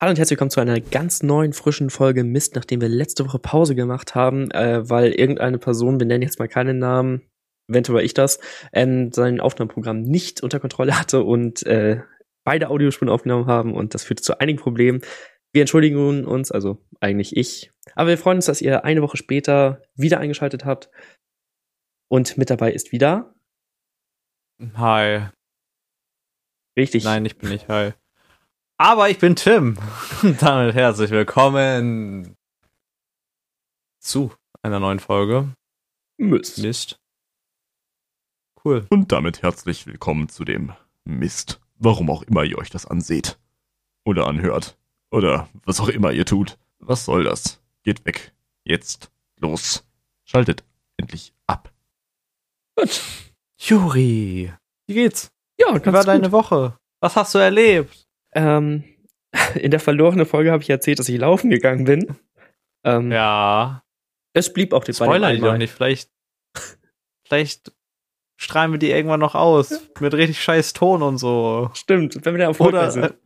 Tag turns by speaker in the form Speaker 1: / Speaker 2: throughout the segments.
Speaker 1: Hallo und herzlich willkommen zu einer ganz neuen, frischen Folge Mist, nachdem wir letzte Woche Pause gemacht haben, äh, weil irgendeine Person, wir nennen jetzt mal keinen Namen, eventuell war ich das, ähm, sein Aufnahmeprogramm nicht unter Kontrolle hatte und äh, beide Audiospuren aufgenommen haben und das führte zu einigen Problemen. Wir entschuldigen uns, also eigentlich ich. Aber wir freuen uns, dass ihr eine Woche später wieder eingeschaltet habt. Und mit dabei ist wieder.
Speaker 2: Hi.
Speaker 1: Richtig.
Speaker 2: Nein, ich bin nicht hi. Aber ich bin Tim. Und damit herzlich willkommen zu einer neuen Folge.
Speaker 1: Mist.
Speaker 2: Mist. Cool.
Speaker 3: Und damit herzlich willkommen zu dem Mist. Warum auch immer ihr euch das anseht. Oder anhört. Oder was auch immer ihr tut. Was soll das? Geht weg. Jetzt. Los. Schaltet endlich ab.
Speaker 2: Juri, wie geht's?
Speaker 1: Ja,
Speaker 2: Wie war deine Woche? Was hast du erlebt?
Speaker 1: Ähm, in der verlorenen Folge habe ich erzählt, dass ich laufen gegangen bin.
Speaker 2: Hm.
Speaker 1: Ähm,
Speaker 2: Ja.
Speaker 1: Es blieb auch die
Speaker 2: Spoiler die doch nicht. Vielleicht, vielleicht strahlen wir die irgendwann noch aus. Mit richtig scheiß Ton und so.
Speaker 1: Stimmt, wenn wir da erfolgreich
Speaker 2: Oder
Speaker 1: sind.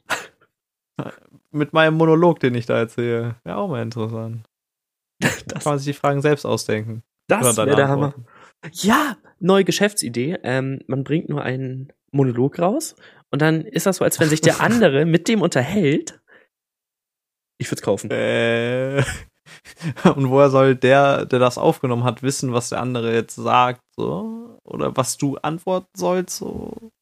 Speaker 2: äh, mit meinem Monolog, den ich da erzähle. Ja, auch mal interessant. Da
Speaker 1: Das-
Speaker 2: kann man sich die Fragen selbst ausdenken.
Speaker 1: Das wäre
Speaker 2: Oder deine
Speaker 1: der Hammer.
Speaker 2: Antworten.
Speaker 1: Ja, neue Geschäftsidee. Ähm, man bringt nur einen Monolog raus und dann ist das so, als wenn sich der andere mit dem unterhält. Ich würde es kaufen.
Speaker 2: Äh, und woher soll der, der das aufgenommen hat, wissen, was der andere jetzt sagt? So? Oder was du antworten sollst? So?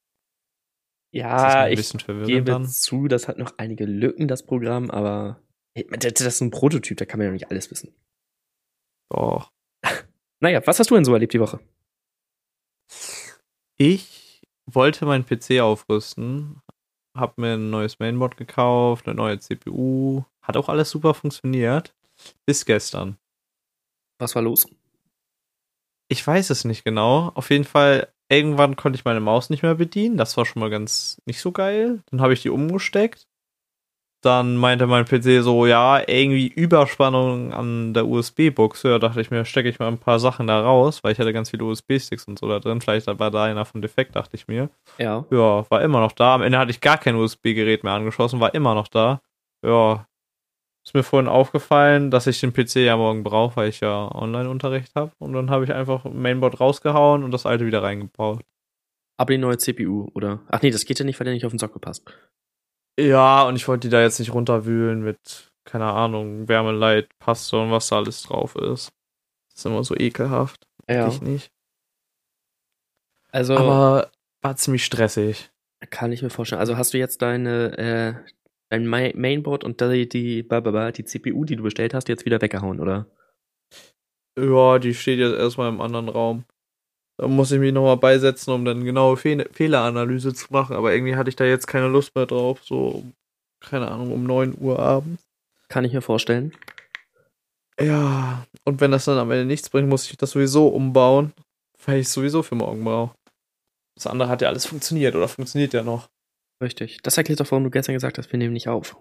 Speaker 2: Das ist mir
Speaker 1: ja,
Speaker 2: ein
Speaker 1: Ah, ich
Speaker 2: bisschen verwirrend
Speaker 1: gebe
Speaker 2: dann.
Speaker 1: zu, das hat noch einige Lücken, das Programm, aber hey, man, das das ist ein Prototyp, da kann man ja nicht alles wissen.
Speaker 2: Doch.
Speaker 1: Naja, was hast du denn so erlebt die Woche?
Speaker 2: Ich wollte meinen PC aufrüsten, hab mir ein neues Mainboard gekauft, eine neue CPU, hat auch alles super funktioniert, bis gestern.
Speaker 1: Was war los?
Speaker 2: Ich weiß es nicht genau. Auf jeden Fall, irgendwann konnte ich meine Maus nicht mehr bedienen. Das war schon mal ganz nicht so geil. Dann habe ich die umgesteckt. Dann meinte mein PC so, ja, irgendwie Überspannung an der USB-Buchse. Da dachte ich mir, stecke ich mal ein paar Sachen da raus, weil ich hatte ganz viele USB-Sticks und so da drin. Vielleicht war da einer von defekt, dachte ich mir.
Speaker 1: Ja.
Speaker 2: Ja, war immer noch da. Am Ende hatte ich gar kein USB-Gerät mehr angeschlossen, war immer noch da. Ja. Ist mir vorhin aufgefallen, dass ich den PC ja morgen brauche, weil ich ja Online-Unterricht habe. Und dann habe ich einfach Mainboard rausgehauen und das alte wieder reingebaut.
Speaker 1: Aber die neue CPU, oder? Ach nee, das geht ja nicht, weil der nicht auf den Sockel passt.
Speaker 2: Ja, und ich wollte die da jetzt nicht runterwühlen mit, keine Ahnung, Wärmeleitpaste und was da alles drauf ist. Das ist immer so ekelhaft.
Speaker 1: Ja.
Speaker 2: Ich nicht.
Speaker 1: Also
Speaker 2: Aber war ziemlich stressig.
Speaker 1: kann ich mir vorstellen. Also hast du jetzt deine äh, dein Ma- Mainboard und die, die, bababa, die CPU, die du bestellt hast, jetzt wieder weggehauen, oder?
Speaker 2: Ja, die steht jetzt erstmal im anderen Raum. Da muss ich mich nochmal beisetzen, um dann genaue Fe Fehleranalyse zu machen. Aber irgendwie hatte ich da jetzt keine Lust mehr drauf. So, um, keine Ahnung, um 9 Uhr abends.
Speaker 1: Kann ich mir vorstellen.
Speaker 2: Ja, und wenn das dann am Ende nichts bringt, muss ich das sowieso umbauen, weil ich es sowieso für morgen brauche. Das andere hat ja alles funktioniert oder funktioniert ja noch.
Speaker 1: Richtig. Das erklärt doch, warum du gestern gesagt hast, wir nehmen nicht auf.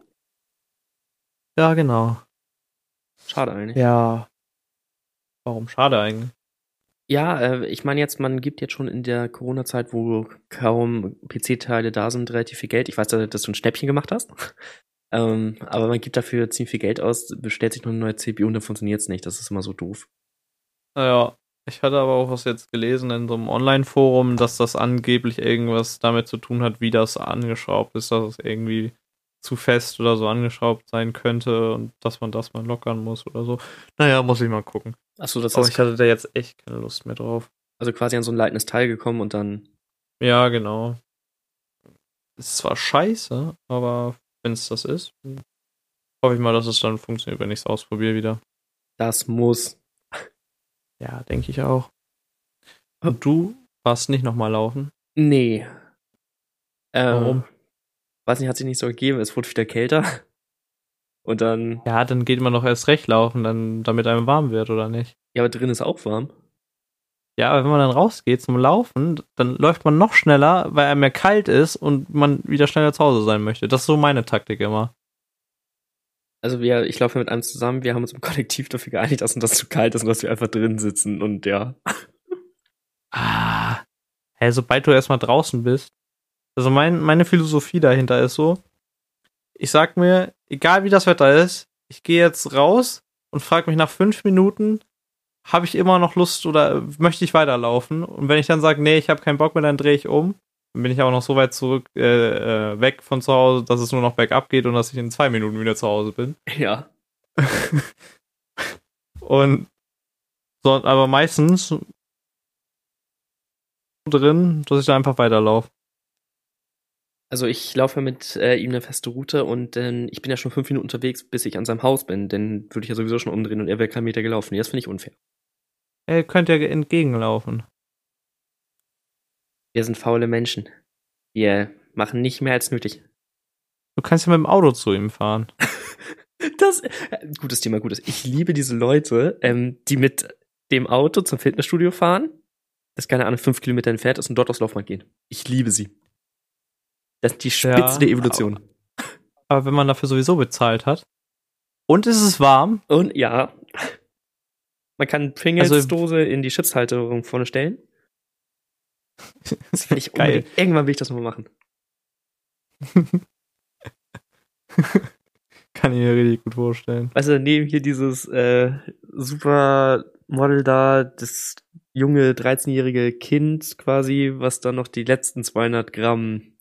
Speaker 2: Ja, genau.
Speaker 1: Schade eigentlich.
Speaker 2: Ja. Warum schade eigentlich?
Speaker 1: Ja, äh, ich meine jetzt, man gibt jetzt schon in der Corona-Zeit, wo kaum PC-Teile da sind, relativ viel Geld. Ich weiß, dass du ein Schnäppchen gemacht hast. ähm, aber man gibt dafür ziemlich viel Geld aus, bestellt sich noch eine neue CPU und dann funktioniert es nicht. Das ist immer so doof.
Speaker 2: Naja, ich hatte aber auch was jetzt gelesen in so einem Online-Forum, dass das angeblich irgendwas damit zu tun hat, wie das angeschraubt ist, dass es irgendwie zu fest oder so angeschraubt sein könnte und dass man das mal lockern muss oder so. Naja, muss ich mal gucken.
Speaker 1: Achso, das
Speaker 2: Aber
Speaker 1: ist
Speaker 2: ich hatte da jetzt echt keine Lust mehr drauf.
Speaker 1: also quasi an so ein leitendes Teil gekommen und dann.
Speaker 2: Ja, genau. Ist zwar scheiße, aber wenn es das ist, hm, hoffe ich mal, dass es dann funktioniert, wenn ich es ausprobiere wieder.
Speaker 1: Das muss.
Speaker 2: Ja, denke ich auch. Und du warst nicht nochmal laufen?
Speaker 1: Nee. Ähm,
Speaker 2: Warum?
Speaker 1: Weiß nicht, hat sich nicht so ergeben. Es wurde wieder kälter. Und dann.
Speaker 2: Ja, dann geht man doch erst recht laufen, dann, damit einem warm wird, oder nicht?
Speaker 1: Ja, aber drin ist auch warm.
Speaker 2: Ja, aber wenn man dann rausgeht zum Laufen, dann läuft man noch schneller, weil einem ja kalt ist und man wieder schneller zu Hause sein möchte. Das ist so meine Taktik immer.
Speaker 1: Also wir, ich laufe mit einem zusammen, wir haben uns im Kollektiv dafür geeinigt, dass uns das zu kalt ist und dass wir einfach drin sitzen und ja.
Speaker 2: Ah. Hey, sobald du erstmal draußen bist. Also mein, meine Philosophie dahinter ist so, Ich sag mir, egal wie das Wetter ist, ich gehe jetzt raus und frage mich nach fünf Minuten, habe ich immer noch Lust oder möchte ich weiterlaufen? Und wenn ich dann sage, nee, ich habe keinen Bock mehr, dann drehe ich um. Dann bin ich aber noch so weit zurück, äh, äh, weg von zu Hause, dass es nur noch bergab geht und dass ich in zwei Minuten wieder zu Hause bin.
Speaker 1: Ja.
Speaker 2: Und so, aber meistens drin, dass ich da einfach weiterlaufe.
Speaker 1: Also ich laufe ja mit äh, ihm eine feste Route und ähm, ich bin ja schon fünf Minuten unterwegs, bis ich an seinem Haus bin. Dann würde ich ja sowieso schon umdrehen und er wäre keinen Meter gelaufen. Das finde ich unfair.
Speaker 2: Er könnte ja entgegenlaufen.
Speaker 1: Wir sind faule Menschen. Wir machen nicht mehr als nötig.
Speaker 2: Du kannst ja mit dem Auto zu ihm fahren.
Speaker 1: Das, äh, gutes Thema, gutes. Ich liebe diese Leute, ähm, die mit dem Auto zum Fitnessstudio fahren, das keine Ahnung, fünf Kilometer entfernt ist und dort aufs Laufband gehen. Ich liebe sie. Das ist die Spitze
Speaker 2: Ja,
Speaker 1: der Evolution.
Speaker 2: Aber wenn man dafür sowieso bezahlt hat. Und es ist warm.
Speaker 1: Und ja, man kann
Speaker 2: Also-
Speaker 1: Pringles-Dose in die Chipshalterung vorne stellen. Das finde ich
Speaker 2: Geil.
Speaker 1: geil. Irgendwann will ich das nochmal machen.
Speaker 2: Kann ich mir richtig gut vorstellen.
Speaker 1: Weißt du, neben hier dieses äh, Supermodel da, das junge 13-jährige Kind quasi, was dann noch die letzten 200 Gramm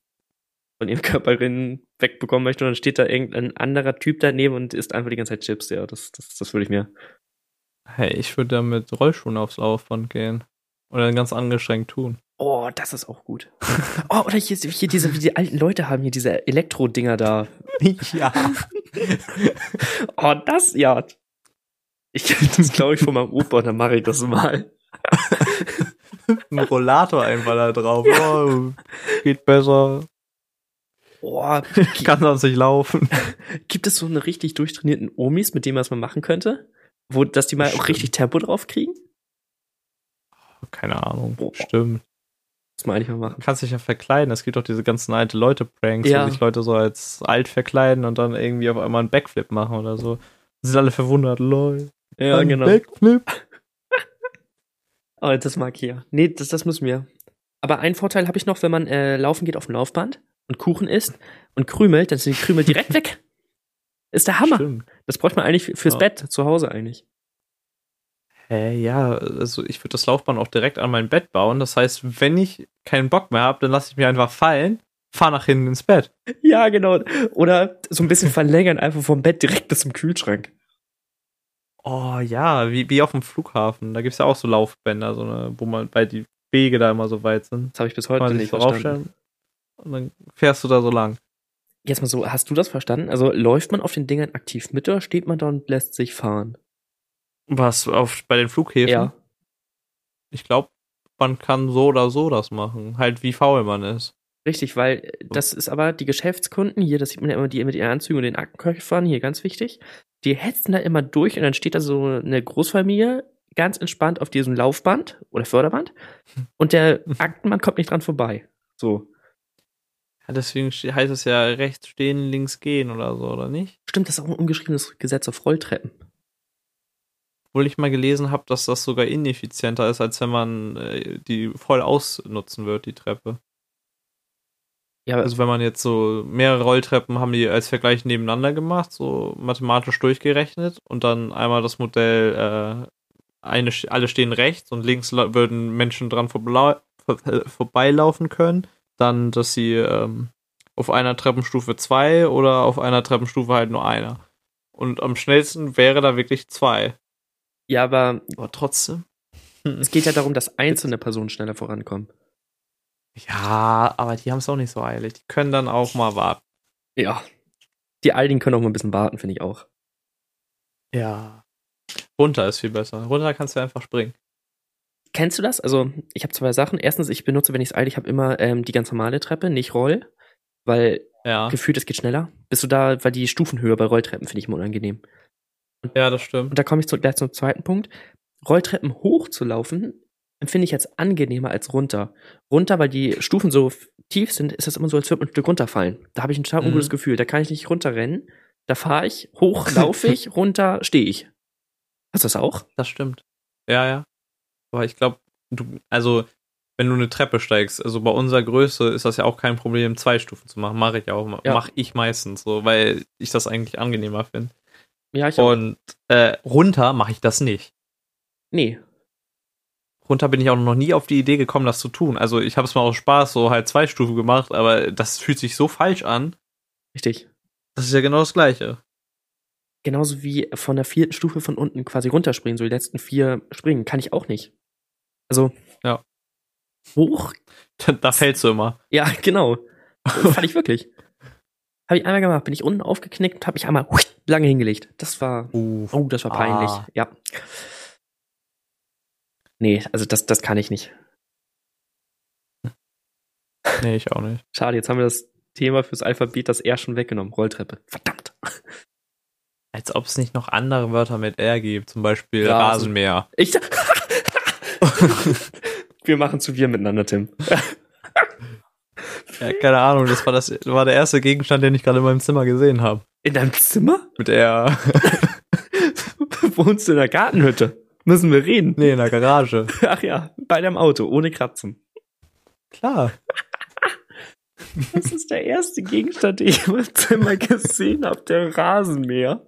Speaker 1: von ihrem Körperin wegbekommen möchte. Und dann steht da irgendein anderer Typ daneben und isst einfach die ganze Zeit Chips. Ja, das, das, das würde ich mir.
Speaker 2: Hey, ich würde da mit Rollschuhen aufs Laufband gehen. Oder ganz angestrengt tun.
Speaker 1: Oh, das ist auch gut. oh, oder hier, hier diese, wie die alten Leute haben hier diese Elektro-Dinger da.
Speaker 2: Ja.
Speaker 1: Oh, das, ja. Ich, das glaube ich von meinem Opa und dann mache ich das mal.
Speaker 2: Ein Rollator einfach da drauf. Oh, geht besser.
Speaker 1: Oh,
Speaker 2: Kann sonst nicht laufen.
Speaker 1: Gibt es so einen richtig durchtrainierten Omis, mit dem man es mal machen könnte? Wo, dass die mal auch
Speaker 2: Bestimmt.
Speaker 1: richtig Tempo drauf kriegen?
Speaker 2: Keine Ahnung.
Speaker 1: Boah.
Speaker 2: Stimmt.
Speaker 1: Das mal eigentlich mal machen.
Speaker 2: kannst dich ja verkleiden. Es gibt doch diese ganzen alte Leute-Pranks,
Speaker 1: Ja.
Speaker 2: wo sich Leute so als alt verkleiden und dann irgendwie auf einmal einen Backflip machen oder so. Sind alle verwundert, lol.
Speaker 1: Ja,
Speaker 2: ein
Speaker 1: genau.
Speaker 2: Backflip.
Speaker 1: Oh, das mag ich ja. Nee, das, das müssen wir. Aber einen Vorteil habe ich noch, wenn man äh, laufen geht auf dem Laufband und Kuchen isst und krümelt, dann sind die Krümel direkt weg. Ist der Hammer.
Speaker 2: Stimmt.
Speaker 1: Das braucht man eigentlich für- fürs
Speaker 2: Ja.
Speaker 1: Bett, zu Hause eigentlich.
Speaker 2: Hä, ja, also ich würde das Laufband auch direkt an mein Bett bauen. Das heißt, wenn ich keinen Bock mehr habe, dann lasse ich mich einfach fallen, fahr nach hinten ins Bett.
Speaker 1: Ja, genau. Oder so ein bisschen verlängern, einfach vom Bett direkt bis zum Kühlschrank.
Speaker 2: Oh ja, wie, wie auf dem Flughafen. Da gibt es ja auch so Laufbänder, so eine, wo man, weil die Wege da immer so weit sind.
Speaker 1: Das habe ich bis
Speaker 2: Kann
Speaker 1: heute
Speaker 2: man
Speaker 1: nicht
Speaker 2: sich so
Speaker 1: verstanden.
Speaker 2: aufstellen. Und dann fährst du da so lang.
Speaker 1: Jetzt mal so, hast du das verstanden? Also läuft man auf den Dingern aktiv mit oder steht man da und lässt sich fahren?
Speaker 2: Was, auf, bei den Flughäfen? Ich glaube, man kann so oder so das machen. Halt, wie faul man ist.
Speaker 1: Richtig, weil äh, das ist aber die Geschäftskunden hier, das sieht man ja immer, die mit ihren Anzügen und den Aktenköche fahren, hier ganz wichtig. Die hetzen da immer durch und dann steht da so eine Großfamilie ganz entspannt auf diesem Laufband oder Förderband und der Aktenmann kommt nicht dran vorbei. So.
Speaker 2: Ja, deswegen ste- heißt es ja rechts stehen, links gehen oder so, oder nicht?
Speaker 1: Stimmt, das ist auch ein ungeschriebenes Gesetz auf Rolltreppen.
Speaker 2: Obwohl ich mal gelesen habe, dass das sogar ineffizienter ist, als wenn man äh, die voll ausnutzen wird, die Treppe.
Speaker 1: Ja, aber-
Speaker 2: Also wenn man jetzt so mehrere Rolltreppen haben die als Vergleich nebeneinander gemacht, so mathematisch durchgerechnet und dann einmal das Modell, äh, eine, st- alle stehen rechts und links lau- würden Menschen dran verblau- vor- vorbeilaufen können, dann, dass sie ähm, auf einer Treppenstufe zwei oder auf einer Treppenstufe halt nur einer. Und am schnellsten wäre da wirklich zwei.
Speaker 1: ja, aber
Speaker 2: Aber trotzdem.
Speaker 1: es geht ja darum, dass einzelne Personen schneller vorankommen.
Speaker 2: Ja, aber die haben es auch nicht so eilig. Die können dann auch mal warten.
Speaker 1: Ja. Die Aldigen können auch mal ein bisschen warten, finde ich auch.
Speaker 2: Ja. Runter ist viel besser. Runter kannst du einfach springen.
Speaker 1: Kennst du das? Also, ich habe zwei Sachen. Erstens, ich benutze, wenn ich es eilig habe, immer ähm, die ganz normale Treppe, nicht Roll, weil
Speaker 2: Ja.
Speaker 1: gefühlt es geht schneller. Bist du da, weil die Stufenhöhe bei Rolltreppen finde ich immer unangenehm.
Speaker 2: Ja, das stimmt.
Speaker 1: Und da komme ich zu, gleich zum zweiten Punkt. Rolltreppen hoch zu laufen, empfinde ich als angenehmer als runter. Runter, weil die Stufen so f- tief sind, ist das immer so, als würde man ein Stück runterfallen. Da habe ich ein total
Speaker 2: Mhm.
Speaker 1: ungutes Gefühl. Da kann ich nicht runterrennen. Da fahre ich, hoch laufe ich, runter stehe ich. Hast du das auch?
Speaker 2: Das stimmt. Ja, ja. Aber ich glaube, du, also wenn du eine Treppe steigst. Also bei unserer Größe ist das ja auch kein Problem, zwei Stufen zu machen. Mache ich auch,
Speaker 1: Ja.
Speaker 2: mache ich meistens so, weil ich das eigentlich angenehmer finde.
Speaker 1: Ja, ich
Speaker 2: Und äh, runter mache ich das nicht.
Speaker 1: Nee.
Speaker 2: Runter bin ich auch noch nie auf die Idee gekommen, das zu tun. Also ich habe es mal aus Spaß so halt zwei Stufen gemacht, aber das fühlt sich so falsch an.
Speaker 1: Richtig.
Speaker 2: Das ist ja genau das Gleiche.
Speaker 1: Genauso wie von der vierten Stufe von unten quasi runterspringen, so die letzten vier springen, kann ich auch nicht. Also.
Speaker 2: Ja.
Speaker 1: Hoch?
Speaker 2: Da, da fällst du immer.
Speaker 1: Ja, genau. Das fand ich wirklich. Habe ich einmal gemacht, bin ich unten aufgeknickt, habe mich einmal hui, lange hingelegt. Das war.
Speaker 2: Uh.
Speaker 1: Oh, das war peinlich.
Speaker 2: Ah.
Speaker 1: Ja. Nee, also das, das kann ich nicht.
Speaker 2: Nee, ich auch nicht.
Speaker 1: Schade, jetzt haben wir das Thema fürs Alphabet das R schon weggenommen. Rolltreppe. Verdammt.
Speaker 2: Als ob es nicht noch andere Wörter mit R gibt, zum Beispiel
Speaker 1: Rasen.
Speaker 2: Rasenmäher.
Speaker 1: Ich. wir machen zu wir miteinander, Tim.
Speaker 2: Ja, keine Ahnung, das war, das war der erste Gegenstand, den ich gerade in meinem Zimmer gesehen habe.
Speaker 1: In deinem Zimmer?
Speaker 2: Mit R.
Speaker 1: Wohnst du in der Gartenhütte? Müssen wir reden?
Speaker 2: nee, in der Garage.
Speaker 1: Ach ja, bei deinem Auto, ohne Kratzen.
Speaker 2: Klar.
Speaker 1: Das ist der erste Gegenstand, den ich im Zimmer gesehen habe, der Rasenmäher.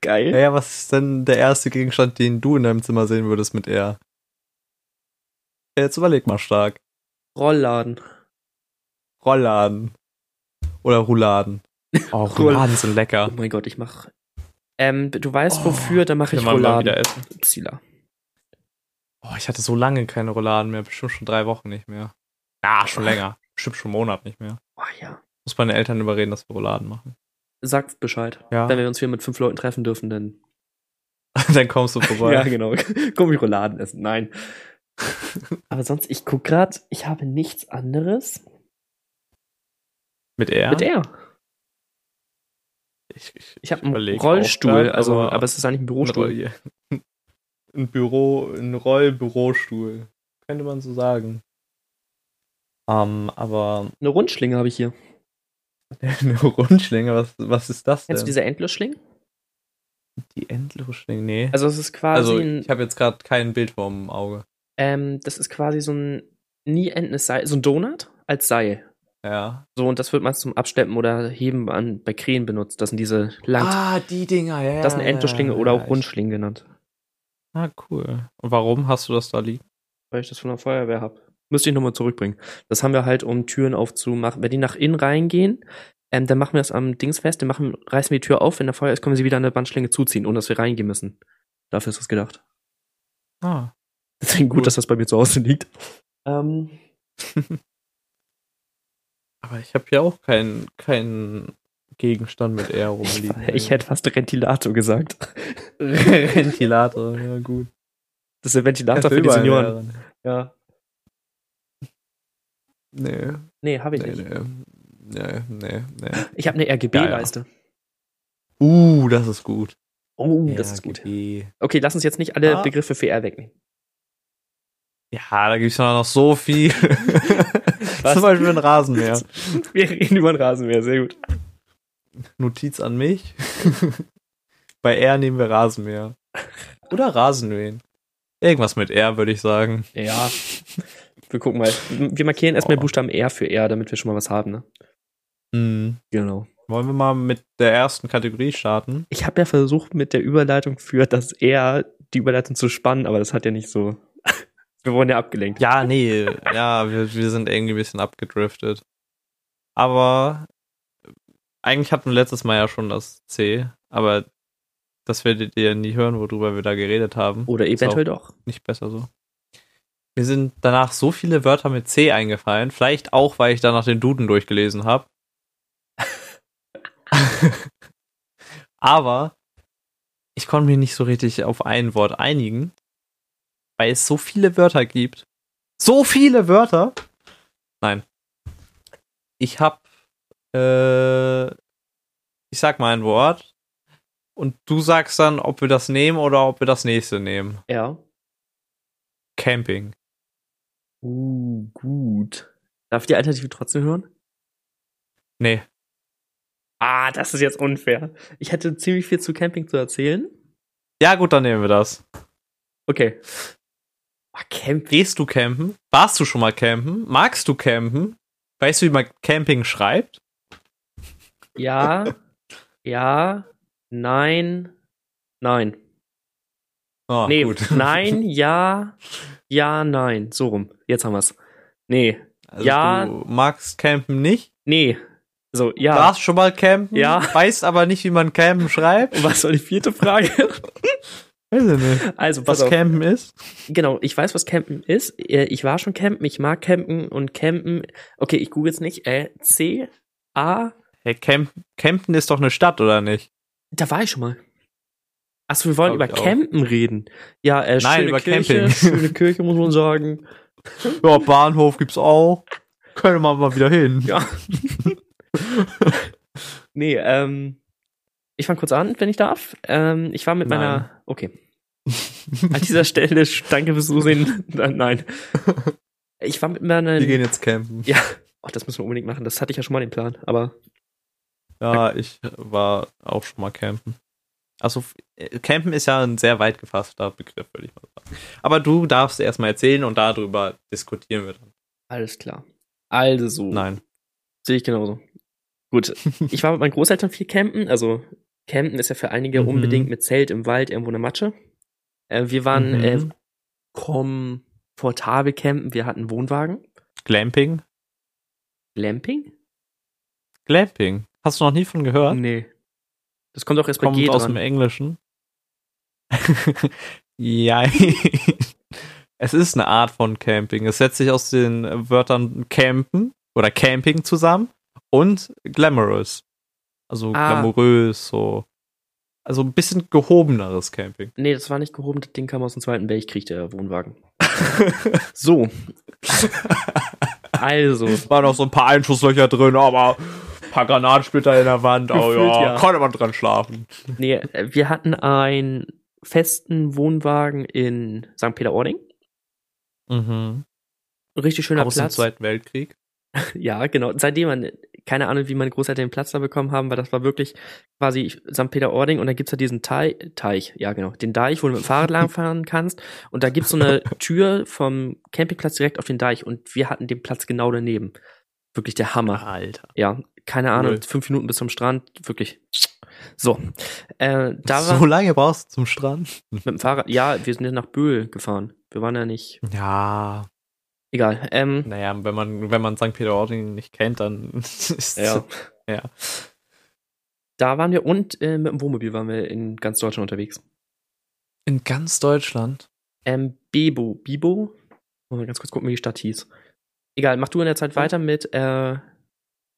Speaker 1: Geil.
Speaker 2: Naja, was ist denn der erste Gegenstand, den du in deinem Zimmer sehen würdest mit R? Ja, Jetzt überleg mal stark.
Speaker 1: Rollladen.
Speaker 2: Rollladen. Oder Rouladen. Oh,
Speaker 1: Rouladen
Speaker 2: sind lecker.
Speaker 1: Oh mein Gott, ich mach. Ähm, du weißt
Speaker 2: Oh,
Speaker 1: wofür, dann mache
Speaker 2: Können
Speaker 1: ich
Speaker 2: wir mal wieder
Speaker 1: Rouladen.
Speaker 2: essen.
Speaker 1: Upsila.
Speaker 2: Oh, ich hatte so lange keine Rouladen mehr. Bestimmt schon drei Wochen nicht mehr. Na, schon länger. Bestimmt schon einen Monat nicht mehr.
Speaker 1: Oh ja.
Speaker 2: Muss meine Eltern überreden, dass wir Rouladen machen.
Speaker 1: Sag Bescheid.
Speaker 2: Ja.
Speaker 1: Wenn wir uns hier mit fünf Leuten treffen dürfen, dann.
Speaker 2: Dann kommst du vorbei.
Speaker 1: Ja, genau. Komm ich Rouladen essen. Nein. Aber sonst, ich guck grad, ich habe nichts anderes
Speaker 2: Mit R?
Speaker 1: mit R.
Speaker 2: Ich, ich,
Speaker 1: Ich habe einen
Speaker 2: überleg auch
Speaker 1: Rollstuhl,
Speaker 2: grad,
Speaker 1: also,
Speaker 2: aber-
Speaker 1: aber, es ist eigentlich ein
Speaker 2: Ein
Speaker 1: Bürostuhl.
Speaker 2: Roll- Ein Büro, ein Rollbürostuhl. Könnte man so sagen. Ähm, aber
Speaker 1: Eine Rundschlinge habe ich hier.
Speaker 2: eine Rundschlinge, was, was ist das denn?
Speaker 1: Kennst du diese Endlosschlingen?
Speaker 2: die Endlosschlinge? Nee.
Speaker 1: Also es ist quasi
Speaker 2: Also,
Speaker 1: ein,
Speaker 2: ich habe jetzt gerade kein Bild vor dem Auge.
Speaker 1: ähm, das ist quasi so ein nie endendes Seil, so ein Donut als Seil.
Speaker 2: Ja.
Speaker 1: So, und das wird man zum Abschleppen oder Heben an, bei Krähen benutzt. Das sind diese lang.
Speaker 2: Ah, die Dinger, ja.
Speaker 1: das sind
Speaker 2: ja, ja,
Speaker 1: Endlosschlinge
Speaker 2: ja,
Speaker 1: oder
Speaker 2: ja,
Speaker 1: auch Rundschlingen genannt.
Speaker 2: Ich, ah, cool. Und warum hast du das da liegen?
Speaker 1: Weil ich das von der Feuerwehr habe. Müsste ich nochmal zurückbringen. Das haben wir halt, um Türen aufzumachen. Wenn die nach innen reingehen, ähm, dann machen wir das am Dings fest, dann machen, reißen wir die Tür auf. Wenn der Feuer ist, können wir sie wieder an der Bandschlinge zuziehen, ohne dass wir reingehen müssen. Dafür ist das gedacht.
Speaker 2: Ah.
Speaker 1: Deswegen gut,
Speaker 2: Cool.
Speaker 1: dass das bei mir zu Hause liegt. Ähm,
Speaker 2: Aber ich habe ja auch keinen keinen Gegenstand mit R
Speaker 1: ich,
Speaker 2: rumliegen.
Speaker 1: ich hätte fast Ventilator gesagt.
Speaker 2: Ventilator, ja gut.
Speaker 1: Das ist der Ventilator für die Senioren. Ja.
Speaker 2: Nee,
Speaker 1: Nee, habe ich
Speaker 2: nee,
Speaker 1: nicht.
Speaker 2: nee. Nee, nee, nee.
Speaker 1: Ich habe eine RGB-Leiste.
Speaker 2: Uh, das ist gut.
Speaker 1: Oh, das ist gut. Okay, lass uns jetzt nicht alle
Speaker 2: Ah.
Speaker 1: Begriffe für R wegnehmen.
Speaker 2: Ja, da gibt's ja noch so viel. Zum Beispiel ein Rasenmäher.
Speaker 1: Wir reden über den Rasenmäher, sehr gut.
Speaker 2: Notiz an mich. Bei R nehmen wir Rasenmäher. Oder Rasenmähen. Irgendwas mit R, würde ich sagen.
Speaker 1: Ja. Wir gucken mal. Wir markieren erstmal
Speaker 2: Oh.
Speaker 1: Buchstaben R für R, damit wir schon mal was haben, ne?
Speaker 2: Hm.
Speaker 1: Genau.
Speaker 2: Wollen wir mal mit der ersten Kategorie starten?
Speaker 1: Ich habe ja versucht, mit der Überleitung für das R die Überleitung zu spannen, aber das hat ja nicht so. Wir wurden ja abgelenkt.
Speaker 2: Ja, nee, ja, wir, wir sind irgendwie ein bisschen abgedriftet. Aber eigentlich hatten wir letztes Mal ja schon das C, aber das werdet ihr nie hören, worüber wir da geredet haben.
Speaker 1: Oder eventuell doch.
Speaker 2: Nicht besser so. Mir sind danach so viele Wörter mit C eingefallen, vielleicht auch, weil ich danach den Duden durchgelesen habe. aber ich konnte mich nicht so richtig auf ein Wort einigen, weil es so viele Wörter gibt. So viele Wörter! Nein. Ich habe, äh, ich sag mal ein Wort und du sagst dann, ob wir das nehmen oder ob wir das nächste nehmen.
Speaker 1: R.
Speaker 2: Camping.
Speaker 1: Uh, gut. Darf ich die Alternative trotzdem hören?
Speaker 2: Nee.
Speaker 1: Ah, das ist jetzt unfair. Ich hätte ziemlich viel zu Camping zu erzählen.
Speaker 2: Ja, gut, dann nehmen wir das.
Speaker 1: Okay. Ah, Camp.
Speaker 2: Gehst du campen? Warst du schon mal campen? Magst du campen? Weißt du, wie man Camping schreibt?
Speaker 1: Ja. ja. Nein. Nein.
Speaker 2: Oh,
Speaker 1: nee, nein, ja. Ja, nein. So rum. Jetzt haben wir's. Nee.
Speaker 2: Also
Speaker 1: ja.
Speaker 2: Du magst campen nicht?
Speaker 1: Nee. So, ja.
Speaker 2: Warst schon mal campen?
Speaker 1: Ja.
Speaker 2: Weißt aber nicht, wie man campen schreibt?
Speaker 1: Was war die vierte Frage?
Speaker 2: Weiß ich nicht.
Speaker 1: Also, pass
Speaker 2: Was
Speaker 1: auf.
Speaker 2: campen ist?
Speaker 1: Genau, ich weiß, was Campen ist. Äh, Ich war schon campen, ich mag campen und campen. Okay, ich google es nicht. Äh, C, A,
Speaker 2: Hey, Camp Campen ist doch eine Stadt, oder nicht?
Speaker 1: da war ich schon mal. Achso, wir wollen
Speaker 2: Glaub
Speaker 1: über
Speaker 2: ich auch.
Speaker 1: Campen reden. Ja, äh,
Speaker 2: Nein,
Speaker 1: schöne
Speaker 2: über
Speaker 1: Kirche,
Speaker 2: Camping.
Speaker 1: schöne Kirche muss man sagen.
Speaker 2: Ja, Bahnhof gibt's auch. Können wir mal wieder hin.
Speaker 1: Ja. nee, ähm, ich fange kurz an, wenn ich darf. Ähm, ich war mit
Speaker 2: Nein.
Speaker 1: meiner. Okay. An dieser Stelle, sch- danke fürs Zusehen. Nein. Ich war mit meiner.
Speaker 2: Wir gehen jetzt campen.
Speaker 1: Ja, oh, das müssen wir unbedingt machen. Das hatte ich ja schon mal den Plan, aber
Speaker 2: Ja, ich war auch schon mal campen. Also, f- äh, campen ist ja ein sehr weit gefasster Begriff, würde ich mal sagen. Aber du darfst erstmal erzählen und darüber diskutieren wir dann.
Speaker 1: alles klar. Also,
Speaker 2: Nein.
Speaker 1: sehe ich genauso. Gut, ich war mit meinen Großeltern viel campen. Also, campen ist ja für einige
Speaker 2: Mhm.
Speaker 1: unbedingt mit Zelt im Wald irgendwo in der Matsche. Äh, wir waren äh,
Speaker 2: Mhm.
Speaker 1: komfortabel campen. Wir hatten Wohnwagen.
Speaker 2: Glamping?
Speaker 1: Glamping?
Speaker 2: Glamping. Hast du noch nie von gehört?
Speaker 1: Nee. Das kommt auch erst bei
Speaker 2: Kommt
Speaker 1: G
Speaker 2: aus dem E-
Speaker 1: dran.
Speaker 2: Englischen. ja. es ist eine Art von Camping. Es setzt sich aus den Wörtern campen oder Camping zusammen und glamorous. Also
Speaker 1: Ah.
Speaker 2: glamourös, so. Also ein bisschen gehobeneres Camping.
Speaker 1: Nee, das war nicht gehoben. Das Ding kam aus dem Zweiten Weltkrieg, der Wohnwagen. so. also,
Speaker 2: Waren noch so ein paar Einschusslöcher drin, aber ein paar Granatsplitter in der Wand. Oh
Speaker 1: Gefühlt,
Speaker 2: ja,
Speaker 1: ja.
Speaker 2: konnte man dran schlafen.
Speaker 1: Nee, äh, wir hatten einen festen Wohnwagen in St. Peter-Ording.
Speaker 2: Mhm.
Speaker 1: Richtig schöner
Speaker 2: Aus dem
Speaker 1: Platz.
Speaker 2: Zweiten Weltkrieg.
Speaker 1: Ja, genau. Seitdem man, keine Ahnung, wie meine Großeltern den Platz da bekommen haben, weil das war wirklich quasi St. Peter-Ording und da gibt's ja diesen Teich, Teich, ja genau, den Deich, wo du mit dem Fahrrad langfahren kannst. Und da gibt's so eine Tür vom Campingplatz direkt auf den Deich und wir hatten den Platz genau daneben. Wirklich der Hammer.
Speaker 2: Alter.
Speaker 1: Ja, keine Ahnung,
Speaker 2: Ah. Cool.
Speaker 1: fünf Minuten bis zum Strand, wirklich. So. Äh, da war
Speaker 2: so lange brauchst du zum Strand?
Speaker 1: mit dem Fahrrad, ja, wir sind ja nach Böhl gefahren. Wir waren ja nicht,
Speaker 2: Ja,
Speaker 1: egal. Ähm,
Speaker 2: Naja, wenn man, wenn man St. Peter-Ording nicht kennt, dann ist
Speaker 1: ja.
Speaker 2: ja.
Speaker 1: Da waren wir und äh, mit dem Wohnmobil waren wir in ganz Deutschland unterwegs.
Speaker 2: in ganz Deutschland.
Speaker 1: Ähm, Bebo, Bibo? Wollen wir ganz kurz gucken, wie die Stadt hieß. Egal, mach du in der Zeit weiter mit, äh,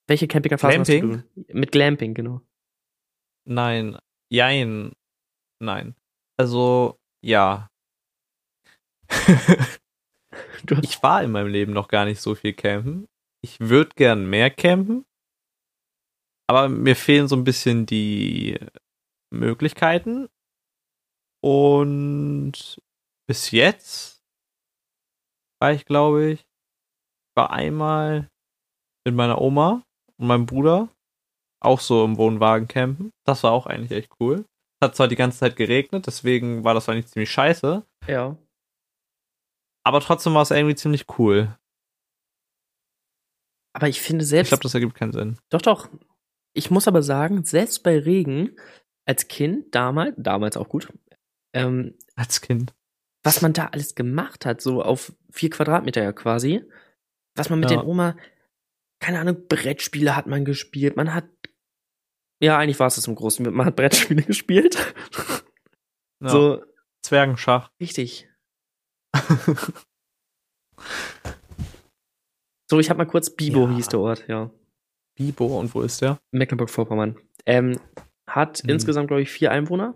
Speaker 1: welche Campingerfahrung hast
Speaker 2: Glamping?
Speaker 1: du? Mit Glamping, genau.
Speaker 2: Nein. Jein. Nein. Also, ja.
Speaker 1: Du hast,
Speaker 2: Ich war in meinem Leben noch gar nicht so viel campen. Ich würde gern mehr campen. Aber mir fehlen so ein bisschen die Möglichkeiten. Und bis jetzt war ich, glaube ich, war einmal mit meiner Oma und meinem Bruder auch so im Wohnwagen campen. Das war auch eigentlich echt cool. Hat zwar die ganze Zeit geregnet, deswegen war das eigentlich ziemlich scheiße.
Speaker 1: ja.
Speaker 2: Aber trotzdem war es irgendwie ziemlich cool.
Speaker 1: Aber ich finde
Speaker 2: Ich
Speaker 1: selbst,
Speaker 2: glaube, das ergibt keinen Sinn.
Speaker 1: doch, doch. Ich muss aber sagen, selbst bei Regen, als Kind, damals, damals auch gut, ähm,
Speaker 2: Als Kind.
Speaker 1: was man da alles gemacht hat, so auf vier Quadratmeter ja quasi. Was man mit
Speaker 2: Ja.
Speaker 1: den Oma, keine Ahnung, Brettspiele hat man gespielt, man hat, ja, eigentlich war es das im Großen, man hat Brettspiele gespielt.
Speaker 2: Ja.
Speaker 1: So,
Speaker 2: Zwergenschach.
Speaker 1: richtig. so, ich hab mal kurz, Bibo
Speaker 2: Ja.
Speaker 1: hieß der Ort, ja.
Speaker 2: Bibo, und wo ist der?
Speaker 1: Mecklenburg-Vorpommern. Ähm, hat
Speaker 2: Hm.
Speaker 1: insgesamt, glaube ich, vier Einwohner.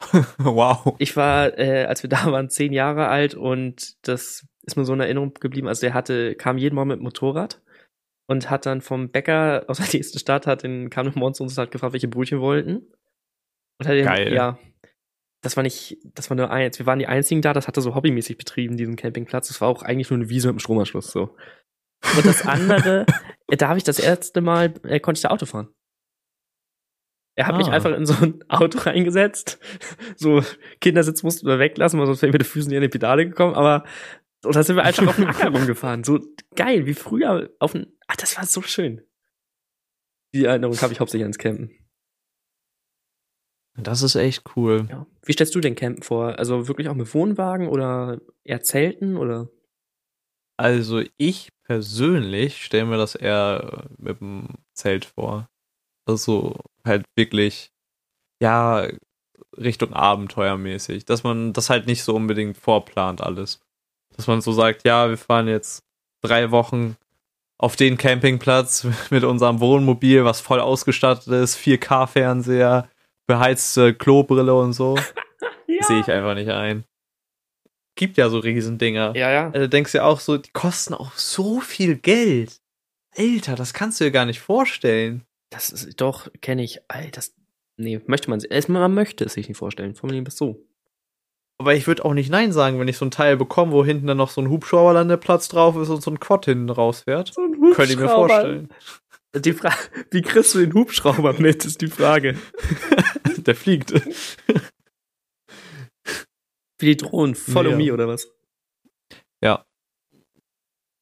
Speaker 2: wow.
Speaker 1: Ich war, äh, als wir da waren, zehn Jahre alt und das ist mir so in Erinnerung geblieben. Also der hatte, kam jeden Morgen mit dem Motorrad und hat dann vom Bäcker aus der nächsten Stadt, hat den, kam dann morgens zu uns und hat gefragt, welche Brötchen wollten. Und hat den,
Speaker 2: Geil.
Speaker 1: ja. Das war nicht, das war nur eins. Wir waren die einzigen da, das hat er so hobbymäßig betrieben, diesen Campingplatz. Das war auch eigentlich nur eine Wiese mit einem Stromanschluss, so. Und das andere, äh, da habe ich das erste Mal, äh, konnte ich da Auto fahren. Er hat mich
Speaker 2: Ah.
Speaker 1: einfach in so ein Auto reingesetzt. So, Kindersitz mussten wir weglassen, weil sonst wären wir mit den Füßen hier in die Pedale gekommen, aber und da sind wir einfach auf dem Acker rumgefahren. So geil, wie früher auf dem. Ach, das war so schön. Die Erinnerung habe ich hauptsächlich ans Campen.
Speaker 2: Das ist echt cool.
Speaker 1: Ja. Wie stellst du denn Campen vor? Also wirklich auch mit Wohnwagen oder eher Zelten oder?
Speaker 2: Also ich persönlich stelle mir das eher äh, mit dem Zelt vor. Also halt wirklich, ja, Richtung Abenteuermäßig. Dass man das halt nicht so unbedingt vorplant alles. Dass man so sagt, ja, wir fahren jetzt drei Wochen auf den Campingplatz mit unserem Wohnmobil, was voll ausgestattet ist, 4K-Fernseher, beheizte Klobrille und so. Sehe ich einfach nicht ein. Gibt ja so Riesendinger.
Speaker 1: Ja, ja.
Speaker 2: Also denkst du ja auch so, die kosten auch so viel Geld. Alter, das kannst du dir gar nicht vorstellen.
Speaker 1: Das ist doch, kenne ich. Alter, das. Nee, möchte man es. Man möchte es sich nicht vorstellen. Formulieren wir es so.
Speaker 2: Aber ich würde auch nicht Nein sagen, wenn ich so ein Teil bekomme, wo hinten dann noch so ein Hubschrauberlandeplatz drauf ist und so ein Quad hinten rausfährt.
Speaker 1: So ein
Speaker 2: Könnte ich mir vorstellen.
Speaker 1: Die Fra Wie kriegst du den Hubschrauber mit, ist die Frage.
Speaker 2: Der fliegt.
Speaker 1: Wie die Drohnen, follow
Speaker 2: Ja.
Speaker 1: me oder was?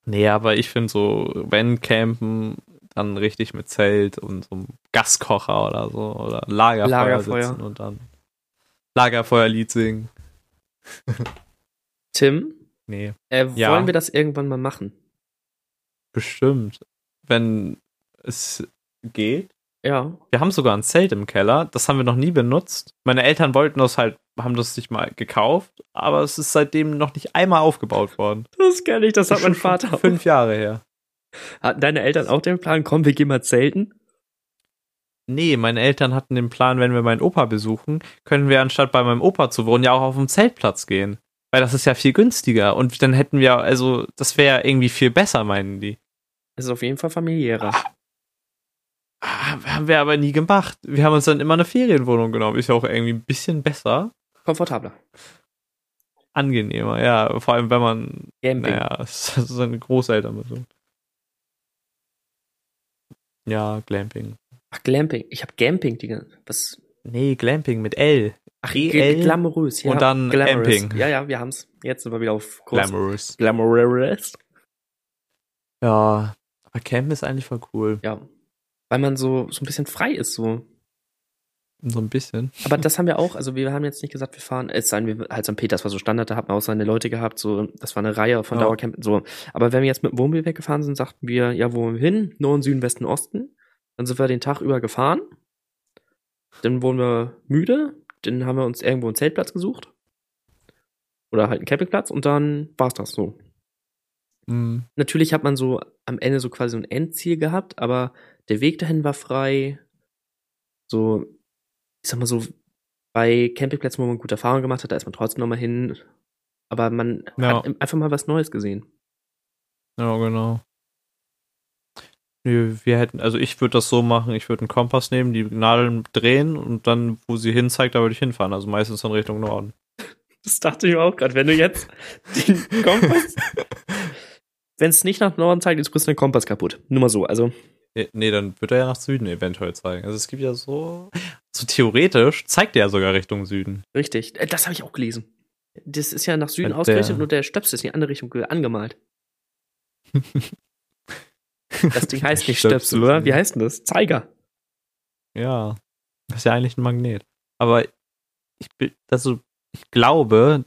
Speaker 2: Nee, aber ich finde so, wenn campen, dann richtig mit Zelt und so einem Gaskocher oder so. Oder Lagerfeuer,
Speaker 1: Lagerfeuer.
Speaker 2: sitzen und dann Lagerfeuerlied singen.
Speaker 1: Tim,
Speaker 2: Nee.
Speaker 1: äh,
Speaker 2: Ja.
Speaker 1: wollen wir das irgendwann mal machen?
Speaker 2: Bestimmt. Wenn es geht.
Speaker 1: Ja.
Speaker 2: Wir haben sogar ein Zelt im Keller. Das haben wir noch nie benutzt. Meine Eltern wollten das halt, haben das sich mal gekauft, aber es ist seitdem noch nicht einmal aufgebaut worden.
Speaker 1: Das kenne ich, das hat mein Vater.
Speaker 2: Fünf Jahre her.
Speaker 1: Hatten deine Eltern auch den Plan, komm, wir gehen mal zelten?
Speaker 2: Nee, meine Eltern hatten den Plan, wenn wir meinen Opa besuchen, können wir anstatt bei meinem Opa zu wohnen, ja auch auf dem Zeltplatz gehen. Weil das ist ja viel günstiger. Und dann hätten wir, also, das wäre irgendwie viel besser, meinen die.
Speaker 1: Es ist auf jeden Fall familiärer.
Speaker 2: Ah, Haben wir aber nie gemacht. Wir haben uns dann immer eine Ferienwohnung genommen. Ist ja auch irgendwie ein bisschen besser.
Speaker 1: Komfortabler.
Speaker 2: Angenehmer, ja. Vor allem, wenn man
Speaker 1: Camping.
Speaker 2: Naja, es ist seine Großeltern so. Ja, Glamping.
Speaker 1: Ach, Glamping. Ich habe Glamping, die ganze Was?
Speaker 2: Nee, Glamping mit L.
Speaker 1: Ach,
Speaker 2: GL.
Speaker 1: gl- glamourös. Ja.
Speaker 2: Und dann
Speaker 1: Glamorous.
Speaker 2: Amping.
Speaker 1: Ja, ja, wir haben's. Jetzt sind wir wieder auf Kurs.
Speaker 2: Glamorous.
Speaker 1: Glamourös.
Speaker 2: Ja, aber Campen ist eigentlich voll cool.
Speaker 1: Ja. Weil man so, so ein bisschen frei ist, so.
Speaker 2: So ein bisschen.
Speaker 1: Aber das haben wir auch, also wir haben jetzt nicht gesagt, wir fahren, es seien wir halt St. Peter, das war so Standard, da hat man auch seine Leute gehabt, so, das war eine Reihe von
Speaker 2: Ja.
Speaker 1: Dauercampen, so. Aber wenn wir jetzt mit dem Wohnmobil weggefahren sind, sagten wir, ja, wo wollen wir hin? Norden, Süden, Westen, Osten. Dann sind wir den Tag über gefahren. Dann wurden wir müde, dann haben wir uns irgendwo einen Zeltplatz gesucht. Oder halt einen Campingplatz und dann war's das so.
Speaker 2: Mhm.
Speaker 1: Natürlich hat man so am Ende so quasi so ein Endziel gehabt, aber der Weg dahin war frei. So, ich sag mal so, bei Campingplätzen, wo man gute Erfahrungen gemacht hat, da ist man trotzdem nochmal hin. Aber man
Speaker 2: Ja.
Speaker 1: hat einfach mal was Neues gesehen.
Speaker 2: Ja, genau. Nee, wir hätten, also ich würde das so machen, ich würde einen Kompass nehmen, die Nadeln drehen und dann, wo sie hin zeigt, da würde ich hinfahren. Also meistens dann Richtung Norden.
Speaker 1: Das dachte ich mir auch gerade. Wenn du jetzt den Kompass. Wenn es nicht nach Norden zeigt, ist brichst du den Kompass kaputt. Nur mal so. Also,
Speaker 2: Nee, Nee, dann wird er ja nach Süden eventuell zeigen. Also es gibt ja so. So theoretisch zeigt er ja sogar Richtung Süden.
Speaker 1: richtig. Äh, Das habe ich auch gelesen. Das ist ja nach Süden
Speaker 2: Der-
Speaker 1: ausgerichtet, nur der Stöpsel ist in die andere Richtung ge- angemalt. Das Ding heißt nicht Stöpsel, oder? Wie heißt denn das? Zeiger.
Speaker 2: Ja. Das ist ja eigentlich ein Magnet. Aber ich bin, also, ich glaube,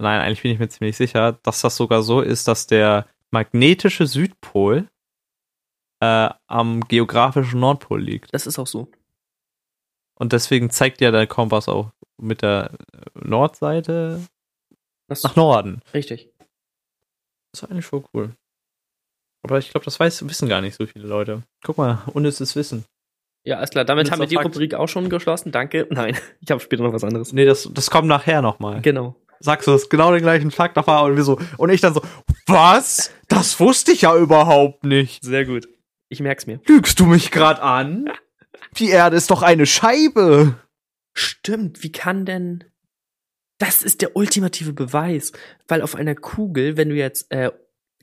Speaker 2: nein, eigentlich bin ich mir ziemlich sicher, dass das sogar so ist, dass der magnetische Südpol äh, am geografischen Nordpol liegt.
Speaker 1: Das ist auch so.
Speaker 2: Und deswegen zeigt ja der Kompass auch mit der äh, Nordseite
Speaker 1: Das
Speaker 2: nach Norden.
Speaker 1: richtig.
Speaker 2: Das ist eigentlich voll cool. Aber ich glaube, das weiß, wissen gar nicht so viele Leute. Guck mal, unnützes Wissen.
Speaker 1: Ja, alles klar. Damit
Speaker 2: Letzter
Speaker 1: haben wir die
Speaker 2: Fakt.
Speaker 1: Rubrik auch schon geschlossen. Danke. Nein, ich habe später noch was anderes.
Speaker 2: Nee, das, das kommt nachher nochmal.
Speaker 1: Genau.
Speaker 2: Sagst du das genau den gleichen Fakt nochmal und wir so. Und ich dann so, was? Das wusste ich ja überhaupt nicht.
Speaker 1: Sehr gut. Ich merk's mir.
Speaker 2: Lügst du mich gerade an? Die Erde ist doch eine Scheibe.
Speaker 1: Stimmt. Wie kann denn. Das ist der ultimative Beweis. Weil auf einer Kugel, wenn du jetzt äh,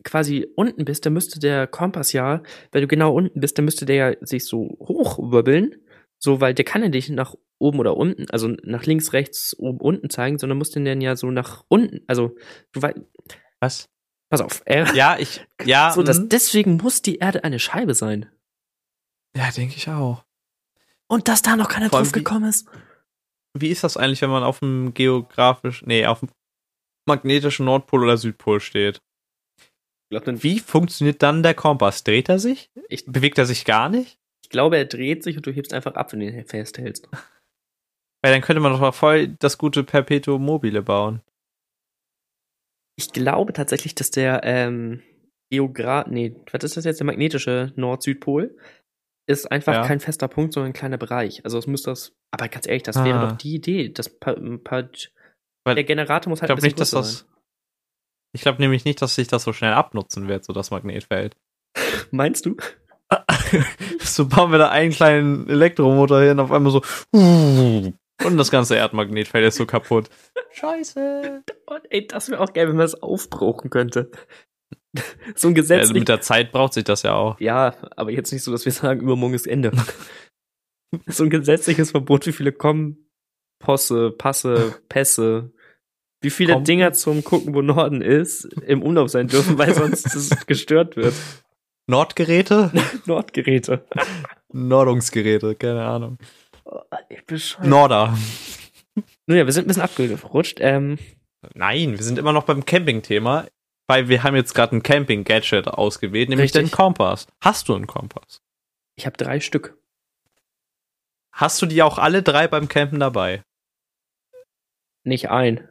Speaker 1: quasi unten bist, dann müsste der Kompass ja, wenn du genau unten bist, dann müsste der ja sich so hoch wirbeln. So, weil der kann ja nicht nach oben oder unten, also nach links, rechts, oben, unten zeigen, sondern muss den dann ja so nach unten, also du weißt,
Speaker 2: Was?
Speaker 1: pass auf. Äh,
Speaker 2: Ja, ich. Ja,
Speaker 1: so, dass,
Speaker 2: mhm.
Speaker 1: deswegen muss die Erde eine Scheibe sein.
Speaker 2: ja denke ich auch.
Speaker 1: Und dass da noch keiner
Speaker 2: Vor allem
Speaker 1: drauf
Speaker 2: wie-
Speaker 1: gekommen ist.
Speaker 2: Wie ist das eigentlich, wenn man auf dem geografischen, nee, auf dem magnetischen Nordpol oder Südpol steht? Wie funktioniert dann der Kompass? Dreht er sich?
Speaker 1: Ich-
Speaker 2: Bewegt er sich gar nicht?
Speaker 1: Ich glaube, er dreht sich und du hebst einfach ab, wenn du ihn festhältst.
Speaker 2: Weil dann könnte man doch mal voll das gute Perpetuum mobile bauen.
Speaker 1: Ich glaube tatsächlich, dass der ähm, Geograf, nee, was ist das jetzt? Der magnetische Nord-Südpol ist einfach
Speaker 2: Ja.
Speaker 1: kein fester Punkt, sondern ein kleiner Bereich. Also es müsste das. Aber ganz ehrlich, das
Speaker 2: Ah.
Speaker 1: wäre doch die Idee. Das pa ähm, pa
Speaker 2: Weil
Speaker 1: der Generator muss
Speaker 2: Ich
Speaker 1: halt ein
Speaker 2: glaube
Speaker 1: bisschen
Speaker 2: nicht, dass
Speaker 1: größer
Speaker 2: das. Ich glaube nämlich nicht, dass sich das so schnell abnutzen wird, so das Magnetfeld.
Speaker 1: sein. Meinst du?
Speaker 2: So bauen wir da einen kleinen Elektromotor hin, auf einmal so. Und das ganze Erdmagnetfeld ist so kaputt. Scheiße.
Speaker 1: Und Oh, ey, das wäre auch geil, wenn man das aufbrauchen könnte. so ein
Speaker 2: Ja,
Speaker 1: Gesetz.
Speaker 2: also mit der Zeit braucht sich das ja auch.
Speaker 1: Ja, aber jetzt nicht so, dass wir sagen, übermorgen ist Ende. so ein gesetzliches Verbot, wie viele kommen, Posse, Passe, Pässe, wie viele
Speaker 2: Kommen?
Speaker 1: Dinger zum Gucken, wo Norden ist, im Umlauf sein dürfen, weil sonst es gestört wird.
Speaker 2: Nordgeräte?
Speaker 1: Nordgeräte.
Speaker 2: Nordungsgeräte, keine Ahnung.
Speaker 1: Oh, ey, bescheuert.
Speaker 2: Norder.
Speaker 1: Nun ja, wir sind ein bisschen abgerutscht. Ähm,
Speaker 2: Nein, wir sind immer noch beim Camping-Thema, weil wir haben jetzt gerade ein Camping-Gadget ausgewählt, nämlich
Speaker 1: Richtig.
Speaker 2: den Kompass. Hast du einen Kompass?
Speaker 1: ich habe drei Stück.
Speaker 2: Hast du die auch alle drei beim Campen dabei?
Speaker 1: Nicht ein.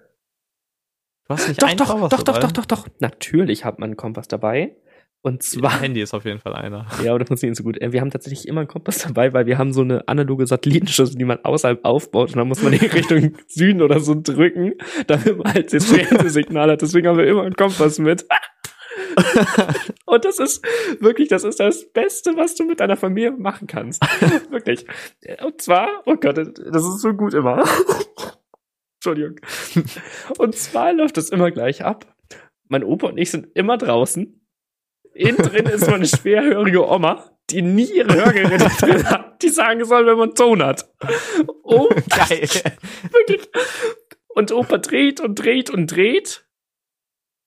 Speaker 2: Du hast nicht
Speaker 1: Doch,
Speaker 2: einen
Speaker 1: doch,
Speaker 2: Kompass
Speaker 1: doch, doch,
Speaker 2: dabei?
Speaker 1: doch, doch, doch. Natürlich hat man einen Kompass dabei. Und
Speaker 2: Dein
Speaker 1: zwar.
Speaker 2: Handy ist auf jeden Fall einer.
Speaker 1: Ja, aber das funktioniert so gut. Äh, Wir haben tatsächlich immer einen Kompass dabei, weil wir haben so eine analoge Satellitenschüssel, die man außerhalb aufbaut und dann muss man in Richtung Süden oder so drücken, damit man halt das Fernsehsignal hat. Deswegen haben wir immer einen Kompass mit. Und das ist wirklich, das ist das Beste, was du mit deiner Familie machen kannst. Wirklich. Und zwar, oh Gott, das ist so gut immer. Entschuldigung. Und zwar läuft das immer gleich ab. Mein Opa und ich sind immer draußen. Innen drin ist so eine schwerhörige Oma, die nie ihre Hörgeräte drin hat. Die sagen soll, wenn man Ton hat. Oh,
Speaker 2: Geil.
Speaker 1: wirklich. Und Opa dreht und dreht und dreht.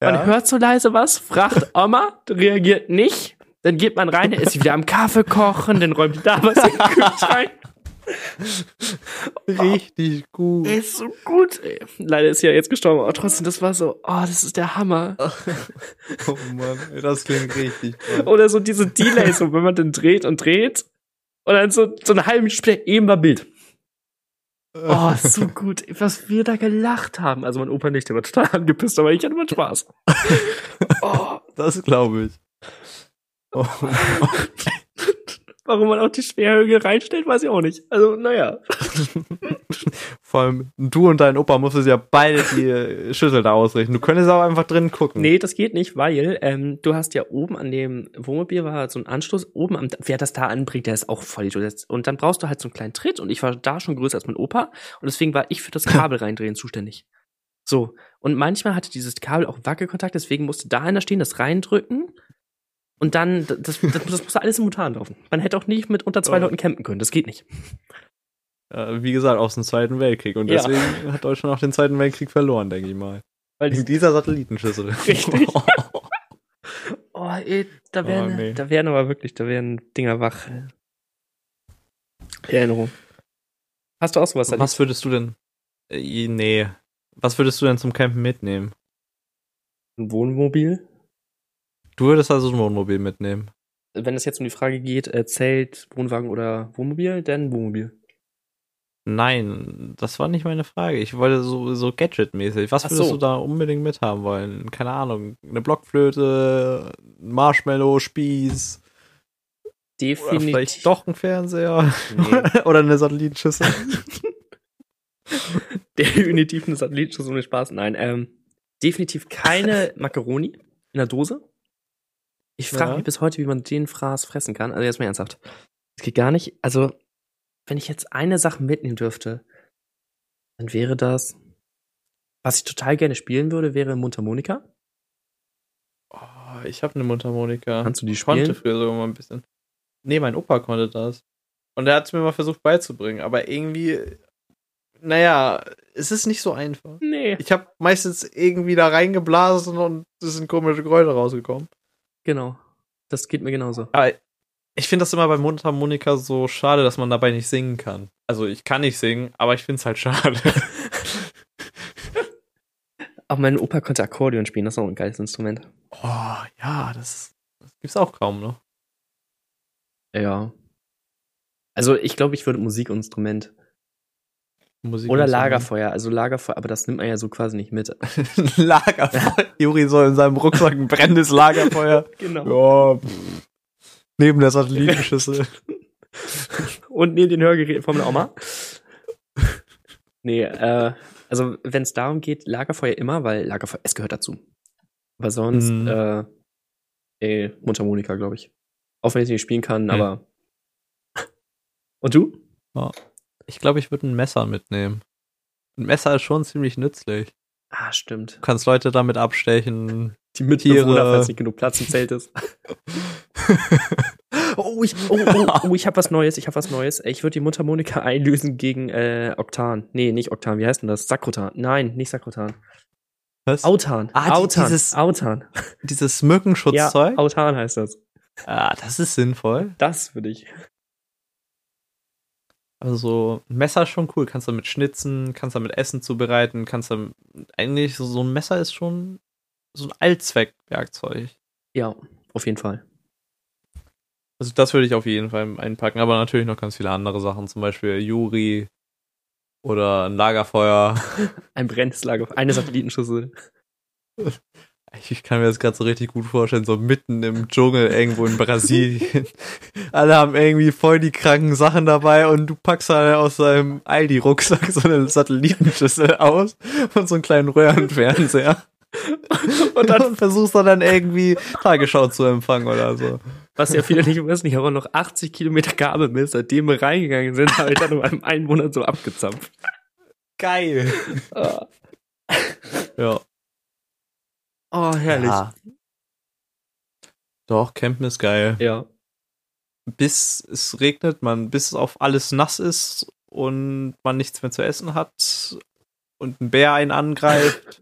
Speaker 1: Man
Speaker 2: Ja.
Speaker 1: hört so leise was, fragt Oma, reagiert nicht. Dann geht man rein, er ist wieder am Kaffee kochen, dann räumt die da was in den Kühlschrank.
Speaker 2: Richtig gut.
Speaker 1: Ey, ist so gut, ey. Leider ist sie ja jetzt gestorben, aber trotzdem, das war so, oh, das ist der Hammer.
Speaker 2: Oh Mann, ey, das klingt richtig toll.
Speaker 1: Oder so diese Delays, so, wenn man den dreht und dreht. Und dann so, so eine halbe Minute später eben war Bild. Oh, so gut, ey, was wir da gelacht haben. Also mein Opa nicht, der war total angepisst, aber ich hatte mal Spaß. Oh,
Speaker 2: Das glaube ich. Oh,
Speaker 1: warum man auch die Schwerhöhe reinstellt, weiß ich auch nicht. Also, naja.
Speaker 2: Vor allem, du und dein Opa musstest ja beide die äh, Schüssel da ausrichten. Du könntest auch einfach drin gucken.
Speaker 1: Nee, das geht nicht, weil ähm, du hast ja oben an dem Wohnmobil war so ein Anschluss, oben am, wer das da anbringt, der ist auch voll idiot. Und dann brauchst du halt so einen kleinen Tritt und ich war da schon größer als mein Opa und deswegen war ich für das Kabel reindrehen zuständig. So, und manchmal hatte dieses Kabel auch Wackelkontakt, deswegen musste da einer stehen, das reindrücken und dann, das, das, das musste alles simultan laufen. Man hätte auch nicht mit unter zwei
Speaker 2: Oh.
Speaker 1: Leuten campen können, das geht nicht.
Speaker 2: Äh, wie gesagt, aus dem Zweiten Weltkrieg. Und
Speaker 1: Ja.
Speaker 2: deswegen hat Deutschland auch den Zweiten Weltkrieg verloren, denke ich mal.
Speaker 1: Weil die-
Speaker 2: Wegen dieser Satellitenschüssel.
Speaker 1: Richtig. Oh, ey, da
Speaker 2: Oh,
Speaker 1: werden,
Speaker 2: nee.
Speaker 1: da werden aber wirklich, da werden Dinger wach. Erinnerung. Hast du auch sowas erlebt?
Speaker 2: Was würdest du denn. Äh, nee. Was würdest du denn zum Campen mitnehmen?
Speaker 1: Ein Wohnmobil?
Speaker 2: Du würdest also ein Wohnmobil mitnehmen.
Speaker 1: Wenn es jetzt um die Frage geht, äh, Zelt, Wohnwagen oder Wohnmobil, dann Wohnmobil.
Speaker 2: Nein, das war nicht meine Frage. Ich wollte so, so Gadget-mäßig. Was
Speaker 1: Ach
Speaker 2: würdest
Speaker 1: so.
Speaker 2: du da unbedingt mithaben wollen? Keine Ahnung. Eine Blockflöte, ein Marshmallow, Spieß. Oder
Speaker 1: Definitiv.
Speaker 2: vielleicht doch ein Fernseher.
Speaker 1: Nee.
Speaker 2: Oder eine Satellitenschüssel.
Speaker 1: definitiv eine Satellitenschuss ohne Spaß. Nein, ähm, definitiv keine Macaroni in der Dose. Ich frage
Speaker 2: Ja.
Speaker 1: mich bis heute, wie man den Fraß fressen kann. Also jetzt mal ernsthaft. Das geht gar nicht. Also, wenn ich jetzt eine Sache mitnehmen dürfte, dann wäre das, was ich total gerne spielen würde, wäre Mundharmonika.
Speaker 2: Oh, ich habe eine Mundharmonika.
Speaker 1: Kannst du die
Speaker 2: Ich konnte
Speaker 1: spielen?
Speaker 2: früher sogar mal ein bisschen. Nee, mein Opa konnte das. Und er hat es mir mal versucht beizubringen, aber irgendwie, naja, es ist nicht so einfach.
Speaker 1: Nee.
Speaker 2: Ich habe meistens irgendwie da reingeblasen und es sind komische Geräusche rausgekommen.
Speaker 1: Genau. Das geht mir genauso.
Speaker 2: Aber ich finde das immer bei Mundharmonika so schade, dass man dabei nicht singen kann. Also ich kann nicht singen, aber ich finde es halt schade.
Speaker 1: Auch mein Opa konnte Akkordeon spielen, das ist auch ein geiles Instrument.
Speaker 2: oh, ja, das, das gibt's auch kaum ne? noch.
Speaker 1: Ja. Also ich glaube, ich würde Musikinstrument.
Speaker 2: Musik
Speaker 1: Oder Lagerfeuer. Also Lagerfeuer, aber das nimmt man ja so quasi nicht mit.
Speaker 2: Lagerfeuer. Juri soll in seinem Rucksack ein brennendes Lagerfeuer.
Speaker 1: Genau.
Speaker 2: Ja. pff. Neben der Satellitenschüssel.
Speaker 1: Und neben den Hörgeräten von der Oma. nee, äh, also wenn es darum geht, Lagerfeuer immer, weil Lagerfeuer, es gehört dazu. Aber sonst,
Speaker 2: Mhm.
Speaker 1: äh, ey, Mundharmonika, glaube ich. Auch wenn ich nicht spielen kann, aber. Und du?
Speaker 2: Ich glaube, ich würde ein Messer mitnehmen. Ein Messer ist schon ziemlich nützlich.
Speaker 1: Ah, stimmt.
Speaker 2: Du kannst Leute damit abstechen.
Speaker 1: Die Mitbewohner,
Speaker 2: Tiere.
Speaker 1: falls nicht genug Platz im Zelt ist. oh, ich, oh, oh, oh, ich habe was Neues, ich habe was Neues. Ich würde die Mundharmonika einlösen gegen äh, Oktan. Nee, nicht Oktan, wie heißt denn das? Sakrotan. Nein, nicht Sakrotan.
Speaker 2: Was?
Speaker 1: Autan.
Speaker 2: Ah, die-
Speaker 1: Autan.
Speaker 2: dieses-
Speaker 1: Autan.
Speaker 2: Dieses
Speaker 1: Ja,
Speaker 2: Mückenschutzzeug.
Speaker 1: Autan heißt das.
Speaker 2: ah, das ist sinnvoll.
Speaker 1: Das für dich.
Speaker 2: Also ein Messer ist schon cool. Kannst damit schnitzen, kannst damit Essen zubereiten, kannst damit. Eigentlich so, so ein Messer ist schon so ein Allzweckwerkzeug.
Speaker 1: Ja, auf jeden Fall.
Speaker 2: Also das würde ich auf jeden Fall einpacken, aber natürlich noch ganz viele andere Sachen, zum Beispiel Juri oder ein Lagerfeuer.
Speaker 1: Ein brennendes Lager, eine Satellitenschüssel.
Speaker 2: Ich kann mir das gerade so richtig gut vorstellen, so mitten im Dschungel irgendwo in Brasilien. Alle haben irgendwie voll die kranken Sachen dabei und du packst dann aus seinem Aldi-Rucksack so eine Satellitenschüssel aus und so einen kleinen Röhrenfernseher. Und dann versuchst du dann irgendwie Tagesschau zu empfangen oder so.
Speaker 1: Was ja viele nicht wissen, ich habe auch noch 80 Kilometer Kabelmist, seitdem wir reingegangen sind, habe ich dann um einen Monat so abgezapft.
Speaker 2: Geil.
Speaker 1: Ah.
Speaker 2: Ja.
Speaker 1: Oh, herrlich. Ja.
Speaker 2: Ja. Doch, Campen ist geil.
Speaker 1: ja.
Speaker 2: Bis es regnet, man, bis auf alles nass ist und man nichts mehr zu essen hat und ein Bär einen angreift.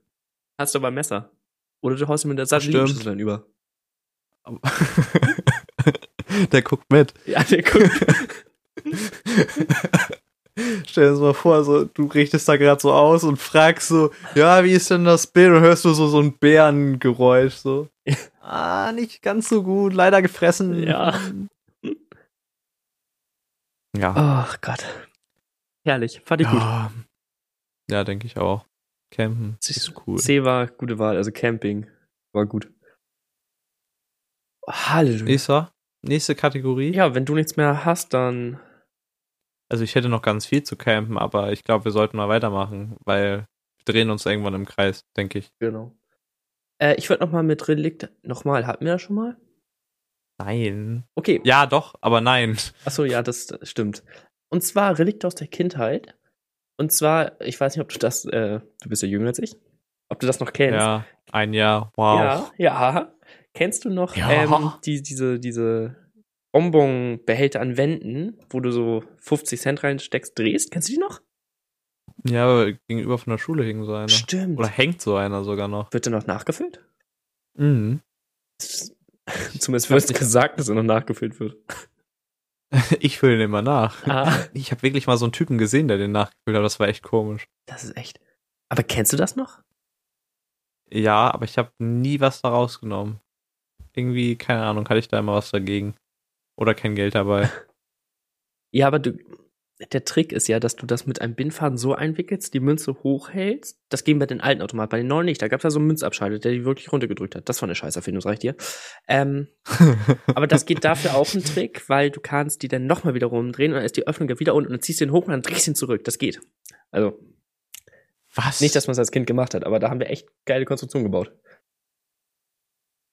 Speaker 1: Hast du aber ein Messer. Oder du haust ihm mit der Satellitenschüssel dann über.
Speaker 2: Aber- Der guckt mit.
Speaker 1: Ja, der guckt.
Speaker 2: Stell dir das mal vor, so, du richtest da gerade so aus und fragst so, ja, wie ist denn das Bild? Und hörst du so, so ein Bärengeräusch. So. Ah, nicht ganz so gut, leider gefressen.
Speaker 1: Ja.
Speaker 2: Ja.
Speaker 1: Ach Gott. Herrlich. Fand ich gut.
Speaker 2: Ja, ja denke ich auch. Campen
Speaker 1: Sie-
Speaker 2: ist cool.
Speaker 1: C war gute Wahl, also Camping war gut. Oh, Halleluja.
Speaker 2: Nächster, nächste Kategorie.
Speaker 1: Ja, wenn du nichts mehr hast, dann
Speaker 2: Also ich hätte noch ganz viel zu campen, aber ich glaube, wir sollten mal weitermachen, weil wir drehen uns irgendwann im Kreis, denke ich.
Speaker 1: Genau. Äh, ich würde nochmal mit Relikt. Nochmal, hatten wir das schon mal?
Speaker 2: Nein.
Speaker 1: Okay.
Speaker 2: Ja, doch, aber nein.
Speaker 1: Achso, ja, das das stimmt. Und zwar Relikte aus der Kindheit. Und zwar, ich weiß nicht, ob du das, äh, du bist ja jünger als ich, ob du das noch kennst.
Speaker 2: Ja, ein Jahr. Wow.
Speaker 1: Ja, ja. Kennst du noch
Speaker 2: Ja.
Speaker 1: ähm, die, diese, diese Bonbonbehälter an Wänden, wo du so 50 Cent reinsteckst, drehst? Kennst du die noch?
Speaker 2: Ja, aber gegenüber von der Schule hing so einer.
Speaker 1: Stimmt.
Speaker 2: Oder hängt so einer sogar noch.
Speaker 1: Wird da noch nachgefüllt?
Speaker 2: Mhm.
Speaker 1: Zumindest wird es gesagt, dass er noch nachgefüllt wird.
Speaker 2: Ich fülle den immer nach.
Speaker 1: Ah,
Speaker 2: Ich habe wirklich mal so einen Typen gesehen, der den nachgefüllt hat. Das war echt komisch.
Speaker 1: das ist echt. Aber kennst du das noch?
Speaker 2: Ja, aber ich habe nie was da rausgenommen. Irgendwie, keine Ahnung, hatte ich da immer was dagegen. Oder kein Geld dabei.
Speaker 1: Ja, aber du, der Trick ist ja, dass du das mit einem Bindfaden so einwickelst, die Münze hochhältst. Das ging bei den alten Automaten, bei den neuen nicht. Da gab's ja so einen Münzabschalter, der die wirklich runtergedrückt hat. Das war eine Scheißerfindung, sag ich dir. Ähm, aber das geht dafür auch ein Trick, weil du kannst die dann nochmal wieder rumdrehen und dann ist die Öffnung ja wieder unten und dann ziehst du den hoch und dann drehst du ihn zurück. Das geht. Also,
Speaker 2: Was?
Speaker 1: nicht, dass man es als Kind gemacht hat, aber da haben wir echt geile Konstruktion gebaut.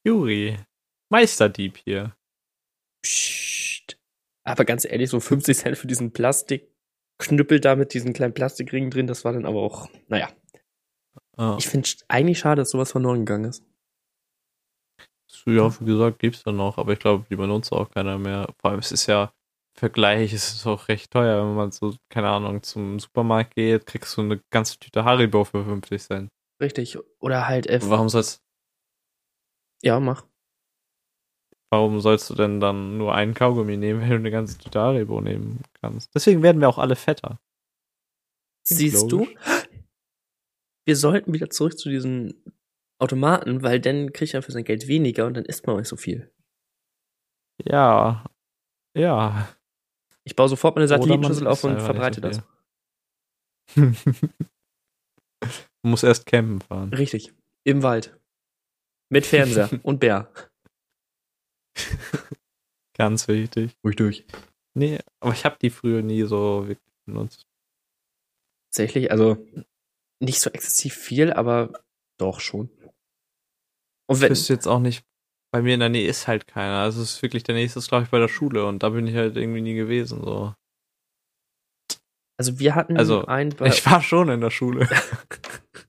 Speaker 2: Juri. Meisterdieb hier.
Speaker 1: Psst. Aber ganz ehrlich, so 50 Cent für diesen Plastikknüppel da mit diesen kleinen Plastikringen drin, das war dann aber auch, naja.
Speaker 2: Ah.
Speaker 1: Ich finde eigentlich schade, dass sowas verloren gegangen ist.
Speaker 2: ja, wie gesagt, gibt's da noch, aber ich glaube, die benutzt auch keiner mehr. Vor allem, es ist ja Vergleich ist es auch recht teuer, wenn man so, keine Ahnung, zum Supermarkt geht, kriegst du eine ganze Tüte Haribo für 50 Cent.
Speaker 1: Richtig. Oder halt F.
Speaker 2: Warum sollst,
Speaker 1: Ja, mach.
Speaker 2: warum sollst du denn dann nur einen Kaugummi nehmen, wenn du eine ganze Tüte Haribo nehmen kannst? Deswegen werden wir auch alle fetter.
Speaker 1: Siehst du?
Speaker 2: logisch.
Speaker 1: Wir sollten wieder zurück zu diesen Automaten, weil dann kriegt er für sein Geld weniger und dann isst man auch nicht so viel.
Speaker 2: Ja. Ja.
Speaker 1: Ich baue sofort meine
Speaker 2: Oder man
Speaker 1: Satellitenschüssel auf
Speaker 2: isst
Speaker 1: und
Speaker 2: einfach nicht
Speaker 1: verbreite
Speaker 2: so
Speaker 1: das.
Speaker 2: viel. Man muss erst campen fahren.
Speaker 1: Richtig. Im Wald. Mit Fernseher und Bär.
Speaker 2: Ganz wichtig.
Speaker 1: Ruhig durch.
Speaker 2: Nee, aber ich habe die früher nie so wirklich benutzt.
Speaker 1: Tatsächlich, also nicht so exzessiv viel, aber doch schon. Und wenn,
Speaker 2: Bist du jetzt auch nicht. Bei mir in der Nähe ist halt keiner. Also es ist wirklich der nächste, glaube ich, bei der Schule und da bin ich halt irgendwie nie gewesen. So.
Speaker 1: also wir hatten
Speaker 2: Also,
Speaker 1: einen bei,
Speaker 2: Ich war schon in der Schule.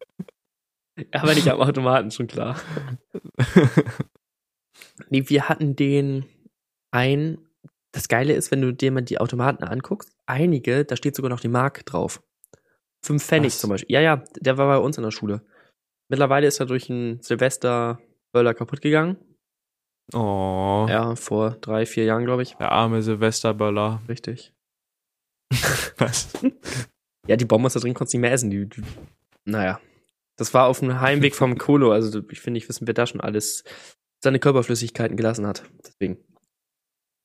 Speaker 1: aber nicht am Automaten, schon klar. Nee, wir hatten den ein. Das Geile ist, wenn du dir mal die Automaten anguckst, einige, da steht sogar noch die Mark drauf. Fünf Pfennig
Speaker 2: Was?
Speaker 1: zum Beispiel. Ja, ja, der war bei uns in der Schule. Mittlerweile ist er durch einen Silvester-Böller kaputt gegangen.
Speaker 2: oh.
Speaker 1: Ja, vor drei, vier Jahren, glaube ich.
Speaker 2: Der arme Silvesterböller.
Speaker 1: Richtig.
Speaker 2: Was?
Speaker 1: Ja, die Bonbons da drin konntest du nicht mehr essen. Die, die, naja. Das war auf dem Heimweg vom Kolo. Also, ich finde, ich wissen, wer da schon alles seine Körperflüssigkeiten gelassen hat. Deswegen.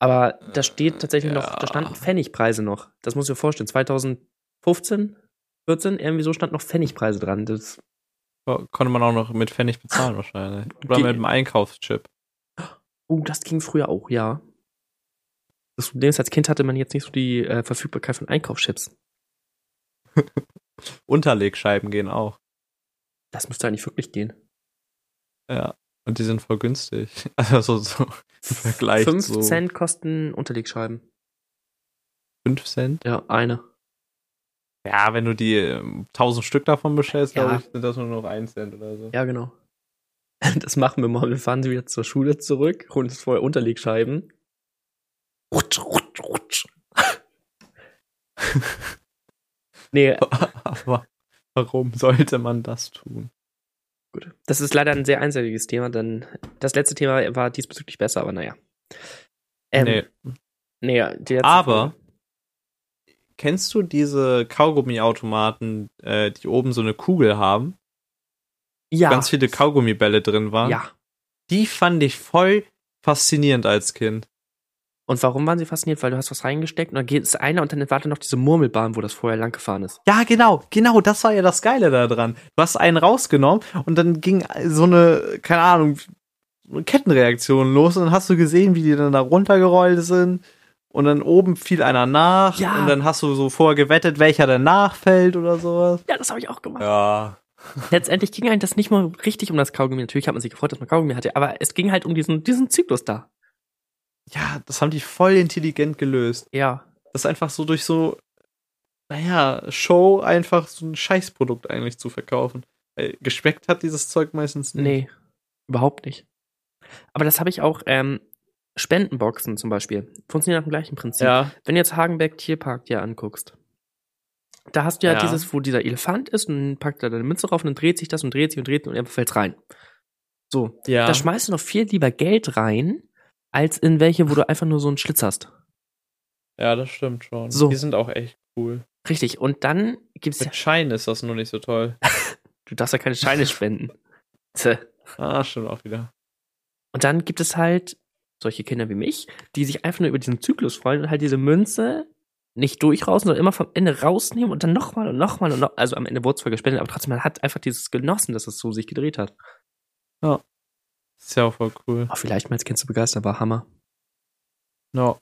Speaker 1: Aber da steht tatsächlich noch, da
Speaker 2: Ja.
Speaker 1: standen Pfennigpreise noch. Das musst du dir vorstellen. 2015, 14, irgendwie so stand noch Pfennigpreise dran. Das,
Speaker 2: Oh, Konnte man auch noch mit Pfennig bezahlen wahrscheinlich. Oder
Speaker 1: Ge-
Speaker 2: mit einem Einkaufschip.
Speaker 1: oh, das ging früher auch, ja. Das Problem ist, als Kind hatte man jetzt nicht so die äh, Verfügbarkeit von Einkaufschips.
Speaker 2: Unterlegscheiben gehen auch.
Speaker 1: Das müsste eigentlich wirklich gehen.
Speaker 2: Ja. Und die sind voll günstig. Also so, so im Vergleich
Speaker 1: 5
Speaker 2: zu
Speaker 1: Cent kosten Unterlegscheiben.
Speaker 2: 5 Cent.
Speaker 1: Ja, eine.
Speaker 2: Ja, wenn du die ähm, 1000 Stück davon bestellst,
Speaker 1: Ja.
Speaker 2: glaube ich, sind das nur noch 1 Cent oder so.
Speaker 1: Ja, genau. Das machen wir mal. Wir fahren sie wieder zur Schule zurück, holen uns vorher Unterlegscheiben. Rutsch, rutsch, rutsch. nee,
Speaker 2: Aber warum sollte man das tun?
Speaker 1: gut. Das ist leider ein sehr einseitiges Thema, denn das letzte Thema war diesbezüglich besser, aber naja. Ähm,
Speaker 2: nee.
Speaker 1: nee. die letzte
Speaker 2: Aber-
Speaker 1: Folge.
Speaker 2: Kennst du diese Kaugummiautomaten, äh, die oben so eine Kugel haben,
Speaker 1: Ja.
Speaker 2: wo ganz viele Kaugummibälle drin waren?
Speaker 1: Ja.
Speaker 2: Die fand ich voll faszinierend als Kind.
Speaker 1: Und warum waren sie fasziniert? Weil du hast was reingesteckt und dann geht es einer und dann warte noch diese Murmelbahn, wo das vorher lang gefahren ist.
Speaker 2: Ja, genau, genau, das war ja das Geile daran. Du hast einen rausgenommen und dann ging so eine, keine Ahnung, Kettenreaktion los und dann hast du gesehen, wie die dann da runtergerollt sind und dann oben fiel einer nach
Speaker 1: Ja.
Speaker 2: und dann hast du so vorher gewettet, welcher danach fällt oder sowas.
Speaker 1: Ja, das habe ich auch gemacht.
Speaker 2: Ja.
Speaker 1: Letztendlich ging einem das nicht mal richtig um das Kaugummi. Natürlich hat man sich gefreut, dass man Kaugummi hatte, aber es ging halt um diesen, diesen Zyklus da.
Speaker 2: Ja, das haben die voll intelligent gelöst.
Speaker 1: Ja.
Speaker 2: Das einfach so durch so, naja, Show einfach so ein Scheißprodukt eigentlich zu verkaufen. Weil Geschmeckt hat dieses Zeug meistens nicht.
Speaker 1: Nee, überhaupt nicht. Aber das habe ich auch, ähm, Spendenboxen zum Beispiel. Funktioniert nach dem gleichen Prinzip.
Speaker 2: Ja,
Speaker 1: Wenn du jetzt Hagenbeck Tierpark dir anguckst, da hast du ja,
Speaker 2: Ja.
Speaker 1: dieses, wo dieser Elefant ist und dann packt er deine Münze drauf und dann dreht sich das und dreht sich und dreht sich und er fällt rein. So.
Speaker 2: ja.
Speaker 1: Da schmeißt du noch viel lieber Geld rein, als in welche, wo du einfach nur so einen Schlitz hast.
Speaker 2: Ja, das stimmt schon.
Speaker 1: So.
Speaker 2: Die sind auch echt cool.
Speaker 1: Richtig. Und dann gibt's ja
Speaker 2: Mit Schein ist das nur nicht so toll.
Speaker 1: Du darfst ja keine Scheine spenden. Tja.
Speaker 2: Ah, stimmt auch wieder.
Speaker 1: Und dann gibt es halt solche Kinder wie mich, die sich einfach nur über diesen Zyklus freuen und halt diese Münze nicht durchrausen, sondern immer vom Ende rausnehmen und dann nochmal und nochmal und noch, also am Ende wurde es zwar gespendet, aber trotzdem man hat einfach dieses genossen, dass es so sich gedreht hat.
Speaker 2: Ist ja auch voll cool.
Speaker 1: Oh, vielleicht mal als Kind zu begeistern, war Hammer.
Speaker 2: No.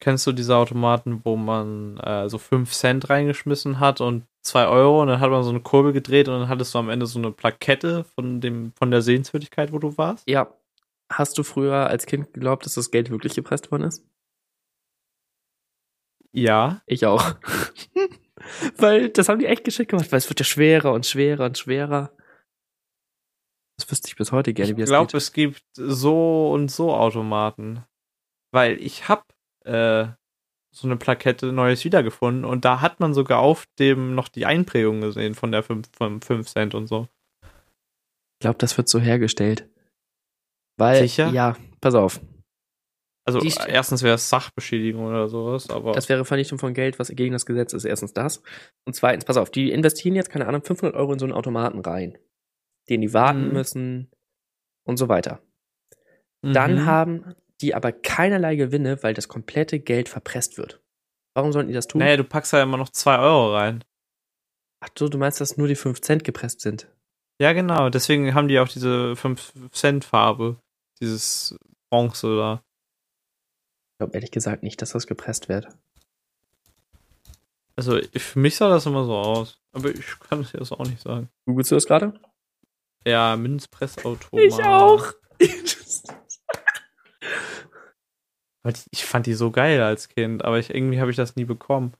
Speaker 2: Kennst du diese Automaten, wo man äh, so 5 Cent reingeschmissen hat und 2 Euro und dann hat man so eine Kurbel gedreht und dann hattest du am Ende so eine Plakette von dem von der Sehenswürdigkeit, wo du warst?
Speaker 1: Ja. Hast du früher als Kind geglaubt, dass das Geld wirklich gepresst worden ist?
Speaker 2: Ja.
Speaker 1: Ich auch. weil das haben die echt geschickt gemacht, weil es wird ja schwerer und schwerer und schwerer. Das wüsste ich bis heute gerne,
Speaker 2: Ich glaube, es gibt so und so Automaten. Weil ich hab äh, so eine Plakette Neues wiedergefunden und da hat man sogar auf dem noch die Einprägung gesehen von der 5, von 5 Cent und so.
Speaker 1: Ich glaube, das wird so hergestellt. Weil,
Speaker 2: Sicher?
Speaker 1: ja, pass auf.
Speaker 2: Also
Speaker 1: Die ist-
Speaker 2: äh, erstens wäre es Sachbeschädigung oder sowas, aber
Speaker 1: Das wäre Vernichtung von Geld, was gegen das Gesetz ist. Erstens das. Und zweitens, pass auf, die investieren jetzt, keine Ahnung, 500 Euro in so einen Automaten rein, den die warten
Speaker 2: Mhm.
Speaker 1: müssen und so weiter.
Speaker 2: Mhm.
Speaker 1: Dann haben die aber keinerlei Gewinne, weil das komplette Geld verpresst wird. Warum sollten die das tun?
Speaker 2: Naja, du packst ja immer noch 2 Euro rein.
Speaker 1: Ach so, du meinst, dass nur die 5 Cent gepresst sind?
Speaker 2: Ja, genau. Deswegen haben die auch diese 5-Cent-Farbe. Dieses Bronze da.
Speaker 1: Ich glaube ehrlich gesagt nicht, dass das gepresst wird.
Speaker 2: Also ich- für mich sah das immer so aus. Aber ich kann es jetzt auch nicht sagen.
Speaker 1: Googlest du das gerade?
Speaker 2: Ja, Münzpressautomat. Weil die- Ich fand die so geil als Kind, aber ich, irgendwie habe ich das nie bekommen.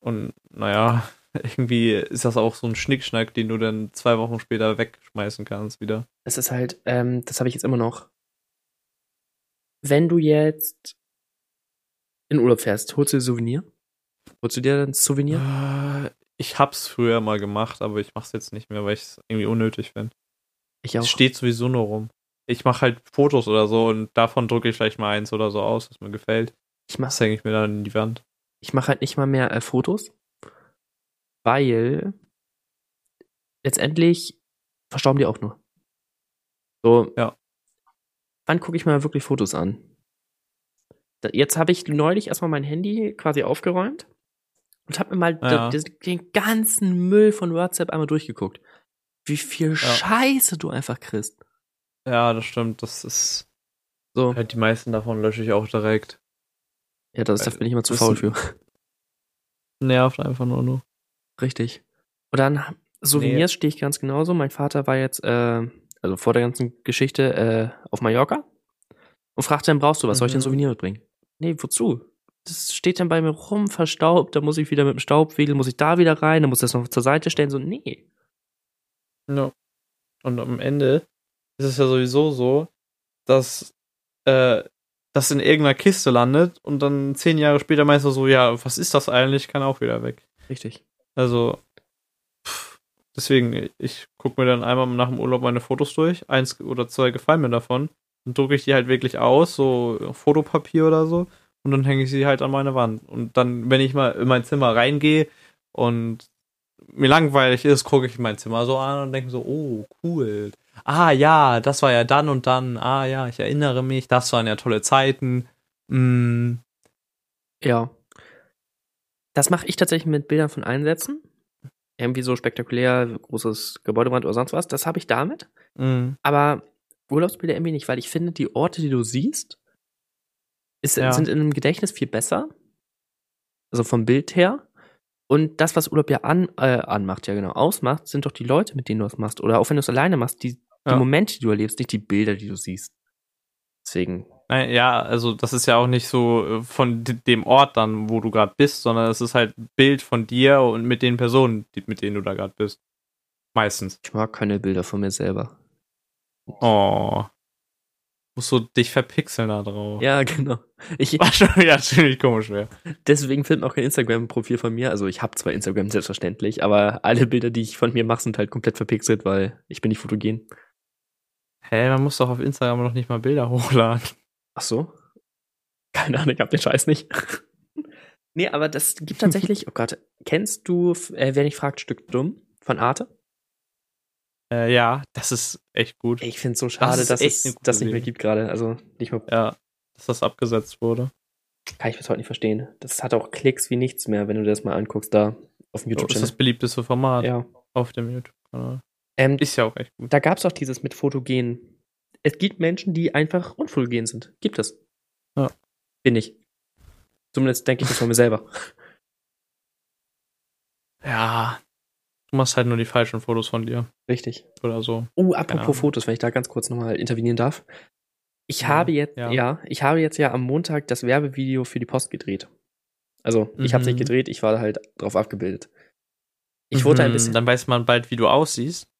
Speaker 2: Und naja, irgendwie ist das auch so ein Schnickschnack, den du dann zwei Wochen später wegschmeißen kannst wieder.
Speaker 1: Es ist halt, ähm, das habe ich jetzt immer noch. Wenn du jetzt in Urlaub fährst, holst du dir Souvenir? Holst du dir dann ein Souvenir?
Speaker 2: Äh, Ich hab's früher mal gemacht, aber ich mach's jetzt nicht mehr, weil ich es irgendwie unnötig finde.
Speaker 1: Ich
Speaker 2: Es steht sowieso nur rum. Ich mache halt Fotos oder so und davon drucke ich vielleicht mal eins oder so aus, was mir gefällt.
Speaker 1: Ich mach's
Speaker 2: Das hänge ich mir dann in die Wand.
Speaker 1: ich mache halt nicht mal mehr äh, Fotos, weil letztendlich verstauben die auch nur. So.
Speaker 2: Ja.
Speaker 1: Wann gucke ich mal wirklich Fotos an? Da, jetzt habe ich neulich erstmal mein Handy quasi aufgeräumt und habe mir mal
Speaker 2: Ja.
Speaker 1: d- des- den ganzen Müll von WhatsApp einmal durchgeguckt. Wie viel Scheiße du einfach kriegst.
Speaker 2: Ja, das stimmt. Das ist.
Speaker 1: So,
Speaker 2: Halt die meisten davon lösche ich auch direkt.
Speaker 1: ja, das, das bin ich immer zu
Speaker 2: das
Speaker 1: faul
Speaker 2: sind-
Speaker 1: für.
Speaker 2: Nervt einfach nur ne? nur.
Speaker 1: Richtig. Und dann Souvenirs stehe ich ganz genauso. Mein Vater war jetzt, äh, also vor der ganzen Geschichte, äh, auf Mallorca und fragte dann, brauchst du was? Soll ich dir ein
Speaker 2: Mhm.
Speaker 1: Souvenir mitbringen? Nee, wozu? Das steht dann bei mir rum, verstaubt, da muss ich wieder mit dem Staubwedel, muss ich da wieder rein, dann muss ich das noch zur Seite stellen. So, nee.
Speaker 2: Ja. Und am Ende ist es ja sowieso so, dass äh, das in irgendeiner Kiste landet und dann zehn Jahre später meinst du so, ja, was ist das eigentlich? Kann auch wieder weg.
Speaker 1: Richtig.
Speaker 2: Also, pff, deswegen, ich gucke mir dann einmal nach dem Urlaub meine Fotos durch. Eins oder zwei gefallen mir davon. Dann drucke ich die halt wirklich aus, so auf Fotopapier oder so. Und dann hänge ich sie halt an meine Wand. Und dann, wenn ich mal in mein Zimmer reingehe und mir langweilig ist, gucke ich mein Zimmer so an und denke so, oh, cool. Ah ja, das war ja dann und dann. Ah ja, ich erinnere mich, das waren ja tolle Zeiten. Mm,
Speaker 1: Ja. Das mache ich tatsächlich mit Bildern von Einsätzen. Irgendwie so spektakulär, großes Gebäudebrand oder sonst was. Das habe ich damit.
Speaker 2: mm.
Speaker 1: Aber Urlaubsbilder irgendwie nicht, weil ich finde, die Orte, die du siehst, ist,
Speaker 2: Ja.
Speaker 1: sind in einem Gedächtnis viel besser. Also vom Bild her. Und das, was Urlaub ja an, äh, anmacht, ja genau, ausmacht, sind doch die Leute, mit denen du das machst. Oder auch wenn du es alleine machst, die, die
Speaker 2: Ja.
Speaker 1: Momente, die du erlebst, nicht die Bilder, die du siehst. Deswegen,
Speaker 2: Nein, ja, also das ist ja auch nicht so äh, von d- dem Ort dann, wo du gerade bist, sondern es ist halt ein Bild von dir und mit den Personen, die, mit denen du da gerade bist. Meistens.
Speaker 1: ich mag keine Bilder von mir selber.
Speaker 2: Oh. Musst du dich verpixeln da drauf.
Speaker 1: Ja, genau. Ich,
Speaker 2: War schon wieder ziemlich komisch wäre.
Speaker 1: deswegen findet man auch kein Instagram-Profil von mir. Also ich habe zwar Instagram selbstverständlich, aber alle Bilder, die ich von mir mache, sind halt komplett verpixelt, weil ich bin nicht fotogen.
Speaker 2: Hä, man muss doch auf Instagram noch nicht mal Bilder hochladen.
Speaker 1: Ach so? Keine Ahnung, ich hab den Scheiß nicht. nee, aber das gibt tatsächlich, oh Gott, kennst du, f- äh, wer nicht fragt, Stück dumm von Arte?
Speaker 2: Äh, ja, das ist echt gut.
Speaker 1: Ey, Ich finde es so schade,
Speaker 2: ist
Speaker 1: dass
Speaker 2: echt
Speaker 1: es
Speaker 2: eine gute
Speaker 1: das nicht mehr
Speaker 2: Idee.
Speaker 1: gibt gerade. Also nicht mehr,
Speaker 2: Ja, dass das abgesetzt wurde.
Speaker 1: kann ich bis heute nicht verstehen. Das hat auch Klicks wie nichts mehr, wenn du dir das mal anguckst da auf dem
Speaker 2: Oh, Das ist das
Speaker 1: YouTube-Channel.
Speaker 2: beliebteste Format
Speaker 1: Ja.
Speaker 2: auf dem YouTube-Kanal.
Speaker 1: Ähm,
Speaker 2: Ist ja auch echt gut.
Speaker 1: da gab's auch dieses mit Fotogen. Es gibt Menschen, die einfach unfotogen sind. Gibt es.
Speaker 2: Ja.
Speaker 1: Bin ich. Zumindest denke ich das von mir selber.
Speaker 2: Ja. Du machst halt nur die falschen Fotos von dir
Speaker 1: Richtig.
Speaker 2: oder so.
Speaker 1: Oh, apropos
Speaker 2: Ahnung.
Speaker 1: Fotos, wenn ich da ganz kurz nochmal intervenieren darf. Ich
Speaker 2: Genau. Ja,
Speaker 1: habe jetzt, ja.
Speaker 2: ja.
Speaker 1: ich habe jetzt ja am Montag das Werbevideo für die Post gedreht. Also, ich habe es nicht
Speaker 2: Mhm.
Speaker 1: gedreht, ich war halt drauf abgebildet. Ich wurde ein
Speaker 2: Mhm,
Speaker 1: bisschen,
Speaker 2: Dann weiß man bald, wie du aussiehst.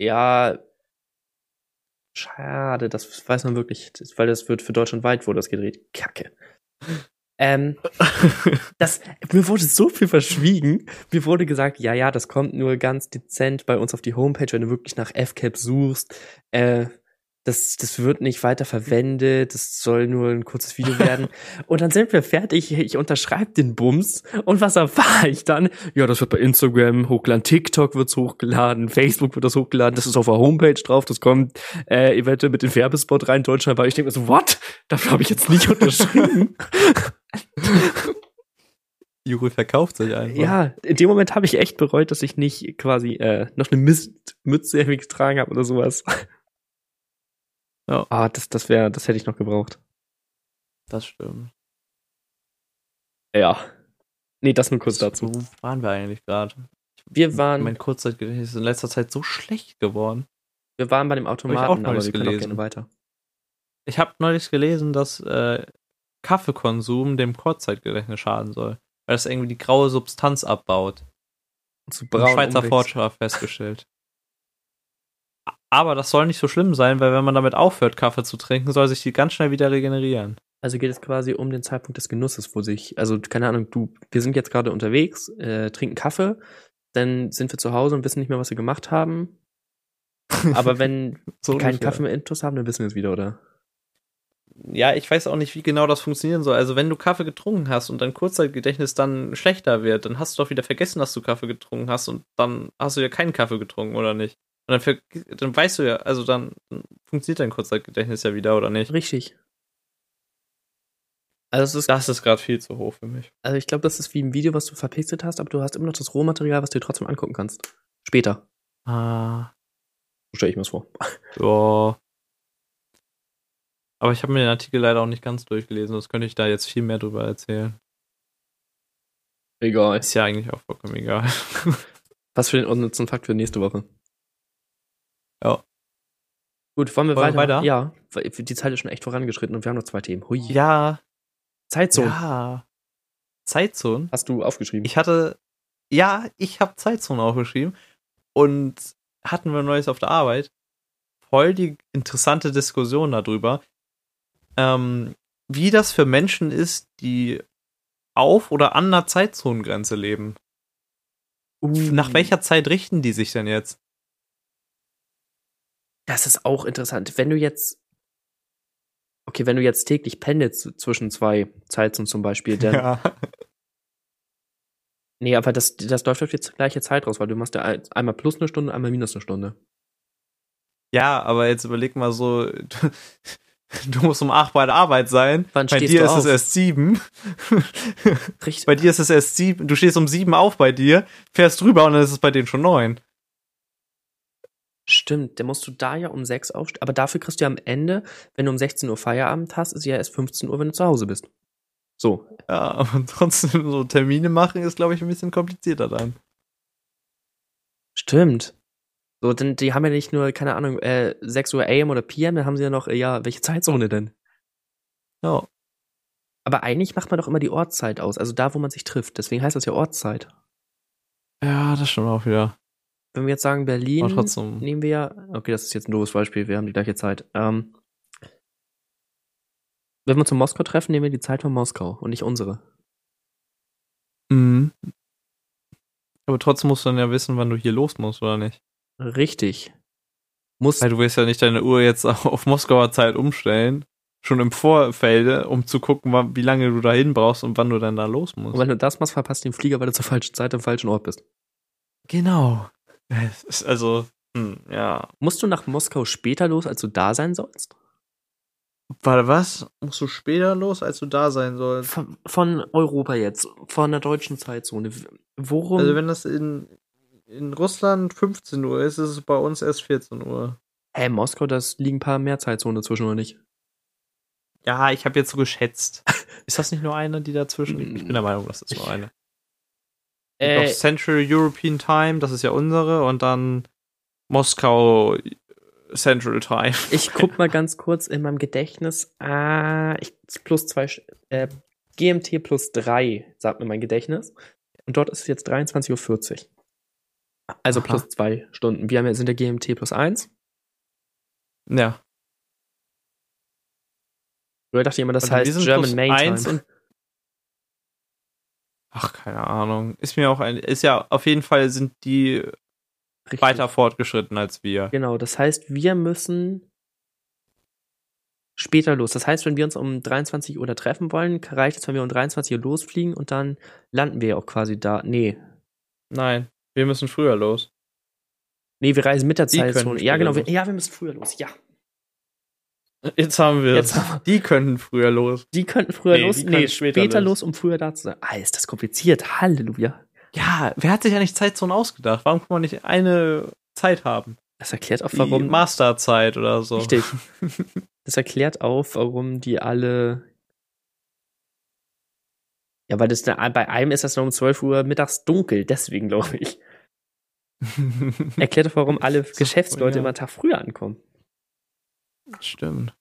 Speaker 1: ja, schade, das weiß man wirklich, das- weil das wird für deutschlandweit wurde das gedreht. Kacke. Ähm, das, mir wurde so viel verschwiegen. Mir wurde gesagt, ja, ja, das kommt nur ganz dezent bei uns auf die Homepage, wenn du wirklich nach FCAP suchst. Äh, das, das wird nicht weiter verwendet, das soll nur ein kurzes Video werden. Und dann sind wir fertig, ich unterschreibe den Bums. Und was erfahre ich dann? Ja, das wird bei Instagram hochgeladen, TikTok wird's hochgeladen, Facebook wird das hochgeladen, das ist auf der Homepage drauf, das kommt äh, eventuell mit dem Werbespot rein, Deutschland, weil ich denke mir so, what? Dafür habe ich jetzt nicht unterschrieben.
Speaker 2: Juri verkauft sich einfach.
Speaker 1: ja, in dem Moment habe ich echt bereut, dass ich nicht quasi äh, noch eine Mistmütze irgendwie getragen habe oder sowas.
Speaker 2: Ja.
Speaker 1: Ah, das, das wäre, das hätte ich noch gebraucht.
Speaker 2: das stimmt.
Speaker 1: Ja. Nee, das nur kurz dazu.
Speaker 2: Wo waren wir eigentlich gerade?
Speaker 1: Wir waren,
Speaker 2: Mein Kurzzeitgedächtnis ist in letzter Zeit so schlecht geworden.
Speaker 1: wir waren bei dem
Speaker 2: Hab ich auch
Speaker 1: Automaten,
Speaker 2: noch
Speaker 1: aber
Speaker 2: nicht
Speaker 1: wir können auch
Speaker 2: gelesen.
Speaker 1: gerne weiter.
Speaker 2: Ich habe neulich gelesen, dass äh, Kaffeekonsum dem Kurzzeitgedächtnis schaden soll, weil das irgendwie die graue Substanz abbaut.
Speaker 1: Zu
Speaker 2: Braun Schweizer
Speaker 1: umwächst.
Speaker 2: Forscher festgestellt. Aber das soll nicht so schlimm sein, weil wenn man damit aufhört, Kaffee zu trinken, soll sich die ganz schnell wieder regenerieren.
Speaker 1: Also geht es quasi um den Zeitpunkt des Genusses, wo sich, also keine Ahnung, du, wir sind jetzt gerade unterwegs, äh, trinken Kaffee, dann sind wir zu Hause und wissen nicht mehr, was wir gemacht haben. Aber wenn
Speaker 2: So
Speaker 1: wir keinen
Speaker 2: ungefähr.
Speaker 1: Kaffee mehr intus haben, dann wissen wir es wieder, oder?
Speaker 2: Ja, ich weiß auch nicht, wie genau das funktionieren soll. Also wenn du Kaffee getrunken hast und dein Kurzzeitgedächtnis dann schlechter wird, dann hast du doch wieder vergessen, dass du Kaffee getrunken hast und dann hast du ja keinen Kaffee getrunken, oder nicht? Und dann, verge- dann weißt du ja, also dann funktioniert dein Kurzzeitgedächtnis ja wieder, oder nicht?
Speaker 1: Richtig. Also es ist
Speaker 2: Das ist gerade viel zu hoch für mich.
Speaker 1: Also ich glaube, das ist wie ein Video, was du verpixelt hast, aber du hast immer noch das Rohmaterial, was du dir trotzdem angucken kannst. Später.
Speaker 2: Ah,
Speaker 1: So stelle ich mir das vor.
Speaker 2: Ja. Aber ich habe mir den Artikel leider auch nicht ganz durchgelesen, sonst könnte ich da jetzt viel mehr drüber erzählen.
Speaker 1: Egal.
Speaker 2: Ist ja eigentlich auch vollkommen egal.
Speaker 1: Was für den unnützen Fakt für nächste Woche.
Speaker 2: Ja.
Speaker 1: Gut, wollen wir
Speaker 2: Wollen
Speaker 1: weiter?
Speaker 2: wir weiter?
Speaker 1: Ja, weil die Zeit ist schon echt vorangeschritten und wir haben noch zwei Themen. Hui.
Speaker 2: ja,
Speaker 1: Zeitzone.
Speaker 2: ja. Zeitzonen?
Speaker 1: Hast du aufgeschrieben?
Speaker 2: Ich hatte, ja, ich habe Zeitzonen aufgeschrieben und hatten wir Neues auf der Arbeit. Voll die interessante Diskussion darüber, ähm, wie das für Menschen ist, die auf oder an der Zeitzonengrenze leben.
Speaker 1: Mhm.
Speaker 2: Nach welcher Zeit richten die sich denn jetzt?
Speaker 1: Das ist auch interessant. Wenn du jetzt. Okay, wenn du jetzt täglich pendelst z- zwischen zwei Zeitzonen zum Beispiel, dann.
Speaker 2: Ja.
Speaker 1: Nee, aber das, das läuft auf die gleiche Zeit raus, weil du machst ja ein- einmal plus eine Stunde, einmal minus eine Stunde.
Speaker 2: ja, aber jetzt überleg mal so, du, du musst um 8 bei der Arbeit sein.
Speaker 1: Wann
Speaker 2: Bei
Speaker 1: stehst
Speaker 2: dir
Speaker 1: du
Speaker 2: ist
Speaker 1: auf?
Speaker 2: es erst 7.
Speaker 1: Richtig.
Speaker 2: bei dir ist es erst 7. Du stehst um 7 auf bei dir, fährst drüber und dann ist es bei denen schon 9.
Speaker 1: Stimmt, dann musst du da ja um 6 aufstehen. Aber dafür kriegst du ja am Ende, wenn du um 16 Uhr Feierabend hast, ist ja erst 15 Uhr, wenn du zu Hause bist. So.
Speaker 2: Ja, aber trotzdem so Termine machen ist, glaube ich, ein bisschen komplizierter dann.
Speaker 1: Stimmt. So, denn die haben ja nicht nur, keine Ahnung, äh, 6 Uhr AM oder PM, dann haben sie ja noch, äh, ja, welche Zeitzone denn?
Speaker 2: Ja.
Speaker 1: Aber eigentlich macht man doch immer die Ortszeit aus, also da, wo man sich trifft. Deswegen heißt das ja Ortszeit.
Speaker 2: Ja, das stimmt auch wieder.
Speaker 1: Wenn wir jetzt sagen
Speaker 2: Aber
Speaker 1: Berlin,
Speaker 2: trotzdem.
Speaker 1: nehmen wir ja, okay, das ist jetzt ein doofes Beispiel, wir haben die gleiche Zeit. Ähm, wenn wir uns in Moskau treffen, nehmen wir die Zeit von Moskau und nicht unsere.
Speaker 2: Mhm. Aber trotzdem musst du dann ja wissen, wann du hier los musst, oder nicht?
Speaker 1: Richtig. Muss
Speaker 2: Weil du willst ja nicht deine Uhr jetzt auf Moskauer Zeit umstellen, schon im Vorfeld, um zu gucken, wann- wie lange du dahin brauchst und wann du dann da los musst.
Speaker 1: Und wenn du das machst, verpasst du den Flieger, weil du zur falschen Zeit am falschen Ort bist.
Speaker 2: genau. Es ist also, hm, ja.
Speaker 1: Musst du nach Moskau später los, als du da sein sollst?
Speaker 2: Warte, was? Musst du später los, als du da sein sollst?
Speaker 1: Von, von Europa jetzt, von der deutschen Zeitzone. Worum?
Speaker 2: Also, wenn das in, in Russland 15 Uhr ist, ist es bei uns erst 14 Uhr.
Speaker 1: hey, Moskau, das liegen ein paar mehr Zeitzonen dazwischen, oder nicht?
Speaker 2: Ja, ich habe jetzt so geschätzt. Ist das nicht nur eine, die dazwischen liegt? Ich Äh, bin der Meinung, das ist nur eine.
Speaker 1: Äh,
Speaker 2: Liegt auf Central European Time, das ist ja unsere, und dann Moskau Central Time.
Speaker 1: ich guck mal ganz kurz in meinem Gedächtnis. Ah, ich, plus zwei, Sch- äh, GMT plus drei, sagt mir mein Gedächtnis. Und dort ist es jetzt 23.40 Uhr. Also
Speaker 2: Aha.
Speaker 1: plus zwei Stunden. Wir haben jetzt in der GMT plus eins.
Speaker 2: Ja.
Speaker 1: Oder dachte jemand, das
Speaker 2: Also wir
Speaker 1: heißt
Speaker 2: sind
Speaker 1: German
Speaker 2: plus
Speaker 1: Main Time.
Speaker 2: eins und- Ach, keine Ahnung. Ist mir auch ein. Ist ja, auf jeden Fall sind die
Speaker 1: Richtig.
Speaker 2: weiter fortgeschritten als wir.
Speaker 1: Genau, das heißt, wir müssen später los. Das heißt, wenn wir uns um 23 Uhr da treffen wollen, reicht es, wenn wir um 23 Uhr losfliegen und dann landen wir ja auch quasi da. Nee.
Speaker 2: Nein, wir müssen früher los.
Speaker 1: Nee, wir reisen mit der
Speaker 2: Die können
Speaker 1: Zeitzone. Ja,
Speaker 2: früher
Speaker 1: genau. Wir,
Speaker 2: los.
Speaker 1: ja, wir müssen früher los. Ja.
Speaker 2: Jetzt haben wir
Speaker 1: Jetzt
Speaker 2: es.
Speaker 1: haben
Speaker 2: Die können früher los.
Speaker 1: Die könnten früher
Speaker 2: Nee,
Speaker 1: los.
Speaker 2: die
Speaker 1: nee,
Speaker 2: können
Speaker 1: später,
Speaker 2: später
Speaker 1: los.
Speaker 2: los.
Speaker 1: um früher da zu sein. Ah, ist das kompliziert. Halleluja.
Speaker 2: Ja, wer hat sich ja nicht Zeitzonen ausgedacht? Warum kann man nicht eine Zeit haben?
Speaker 1: Das erklärt auch,
Speaker 2: Warum
Speaker 1: warum.
Speaker 2: Masterzeit oder so?
Speaker 1: Richtig. Das erklärt auch, warum die alle. Ja, weil das da, bei einem ist das noch um 12 Uhr mittags dunkel, deswegen glaube ich. Erklärt doch, warum alle
Speaker 2: So,
Speaker 1: Geschäftsleute
Speaker 2: ja.
Speaker 1: immer einen Tag früher ankommen.
Speaker 2: Stimmt.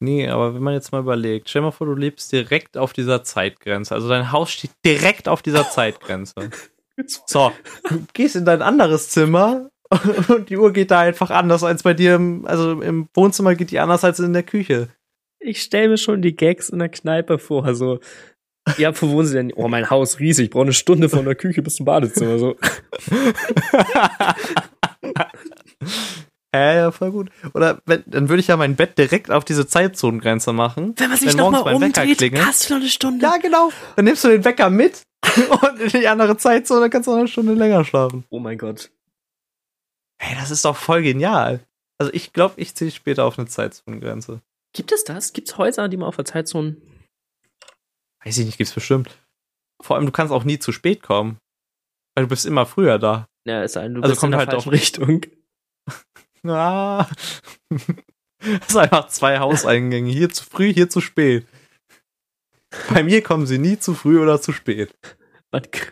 Speaker 2: Nee, aber wenn man jetzt mal überlegt, stell mal vor, du lebst direkt auf dieser Zeitgrenze. Also dein Haus steht direkt auf dieser Zeitgrenze. So, du gehst in dein anderes Zimmer und die Uhr geht da einfach anders als bei dir. Im, also im Wohnzimmer geht die anders als in der Küche.
Speaker 1: Ich stelle mir schon die Gags in der Kneipe vor. So, ja, wo wohnen sie denn? Oh, mein Haus riesig. Ich brauche eine Stunde von der Küche bis zum Badezimmer. So.
Speaker 2: Ja, ja, voll gut. Oder wenn, dann würde ich ja mein Bett direkt auf diese Zeitzonengrenze machen.
Speaker 1: Wenn man
Speaker 2: sich Wenn noch morgens mal mein Wecker umdreht, klingelt-
Speaker 1: hast du noch eine Stunde.
Speaker 2: Ja, genau. Dann nimmst du den Wecker mit und in die andere Zeitzone, dann kannst du noch eine Stunde länger schlafen.
Speaker 1: Oh mein Gott.
Speaker 2: Hey, das ist doch voll genial. Also ich glaube, ich ziehe später auf eine Zeitzonengrenze.
Speaker 1: Gibt es das? Gibt es Häuser, die mal auf der Zeitzone.
Speaker 2: Weiß ich nicht, gibt's bestimmt. Vor allem, du kannst auch nie zu spät kommen. Weil du bist immer früher da.
Speaker 1: Ja, ist ein, du
Speaker 2: Also
Speaker 1: bist in
Speaker 2: kommt
Speaker 1: der
Speaker 2: halt
Speaker 1: falschen Richtung.
Speaker 2: Ah. Das ist einfach zwei Hauseingänge. Hier zu früh, hier zu spät. Bei mir kommen sie nie zu früh oder zu spät.
Speaker 1: Man k-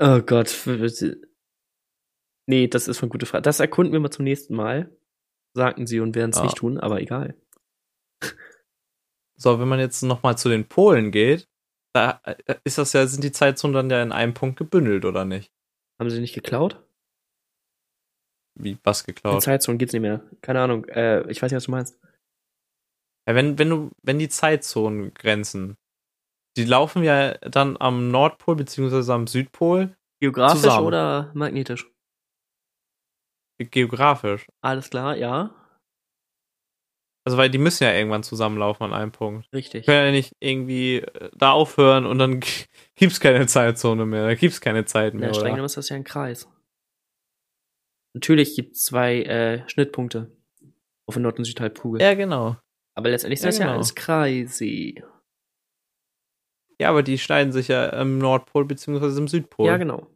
Speaker 1: oh Gott. f- f- Nee, das ist eine gute Frage. Das erkunden wir mal zum nächsten Mal. Sagten sie und werden es
Speaker 2: Ja.
Speaker 1: nicht tun, aber egal.
Speaker 2: So, wenn man jetzt nochmal zu den Polen geht, da äh, ist das ja, sind die Zeitzonen dann ja in einem Punkt gebündelt, oder nicht?
Speaker 1: Haben sie nicht geklaut?
Speaker 2: Wie was
Speaker 1: In
Speaker 2: geklaut?
Speaker 1: Zeitzone geht's nicht mehr. Keine Ahnung. Äh, ich weiß nicht, was du meinst.
Speaker 2: Ja, wenn, wenn du, wenn die Zeitzonen grenzen, die laufen ja dann am Nordpol beziehungsweise am Südpol
Speaker 1: Geografisch
Speaker 2: Zusammen.
Speaker 1: oder magnetisch?
Speaker 2: geografisch.
Speaker 1: Alles klar, ja.
Speaker 2: Also, weil die müssen ja irgendwann zusammenlaufen an einem Punkt.
Speaker 1: Richtig.
Speaker 2: Die können ja nicht irgendwie äh, da aufhören und dann g- gibt's keine Zeitzone mehr, da gibt's keine Zeit mehr.
Speaker 1: Na, streng
Speaker 2: oder?
Speaker 1: genommen ist das ja ein Kreis. Natürlich gibt es zwei äh, Schnittpunkte auf der Nord- und Südhalbkugel.
Speaker 2: Ja, genau.
Speaker 1: Aber letztendlich ist
Speaker 2: Ja,
Speaker 1: das ja
Speaker 2: genau.
Speaker 1: alles Kreise.
Speaker 2: Ja, aber die schneiden sich ja im Nordpol beziehungsweise im Südpol.
Speaker 1: Ja, genau.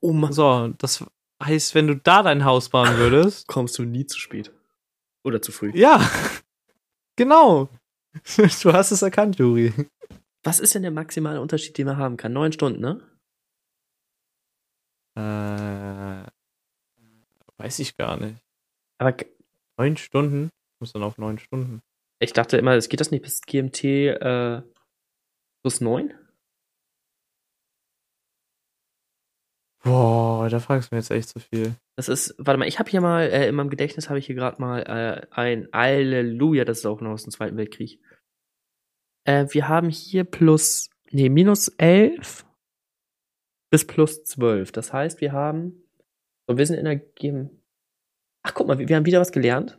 Speaker 1: Oh Mann,
Speaker 2: So, das heißt, wenn du da dein Haus bauen würdest,
Speaker 1: kommst du nie zu spät. Oder zu früh.
Speaker 2: ja, genau. Du hast es erkannt, Juri.
Speaker 1: Was ist denn der maximale Unterschied, den man haben kann? Neun Stunden, ne?
Speaker 2: Äh, weiß ich gar nicht.
Speaker 1: Aber k-
Speaker 2: Neun Stunden? Ich muss dann auf neun Stunden.
Speaker 1: ich dachte immer, es geht das nicht bis GMT äh, plus neun?
Speaker 2: Boah, da fragst du mir jetzt echt zu viel.
Speaker 1: Das ist, warte mal, ich habe hier mal, äh, in meinem Gedächtnis habe ich hier gerade mal äh, ein Alleluja, das ist auch noch aus dem Zweiten Weltkrieg. Äh, wir haben hier plus, nee, minus 11 bis plus 12. Das heißt, wir haben, so, wir sind in der GM. Ach, guck mal, wir, wir haben wieder was gelernt.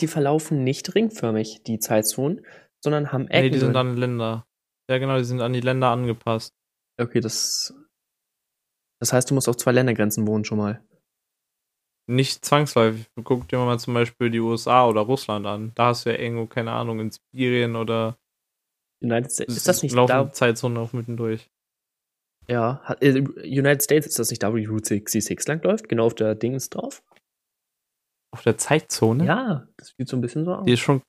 Speaker 1: Die verlaufen nicht ringförmig, die Zeitzonen, sondern haben Ecken.
Speaker 2: Nee, die sind
Speaker 1: drin.
Speaker 2: an Länder. Ja, genau, die sind an die Länder angepasst.
Speaker 1: okay, das. Das heißt, du musst auf zwei Ländergrenzen wohnen schon mal.
Speaker 2: Nicht zwangsläufig. Guck dir mal zum Beispiel die USA oder Russland an. Da hast du ja irgendwo, keine Ahnung, in Sibirien oder
Speaker 1: United States. Ist das nicht
Speaker 2: laufen
Speaker 1: da,
Speaker 2: Zeitzonen auch mittendurch.
Speaker 1: Ja, hat- äh, United States ist das nicht da, wo die Route 66 langläuft? Genau auf der Dings drauf?
Speaker 2: Auf der Zeitzone?
Speaker 1: Ja, das sieht so ein bisschen so aus.
Speaker 2: Ne? Die ist schon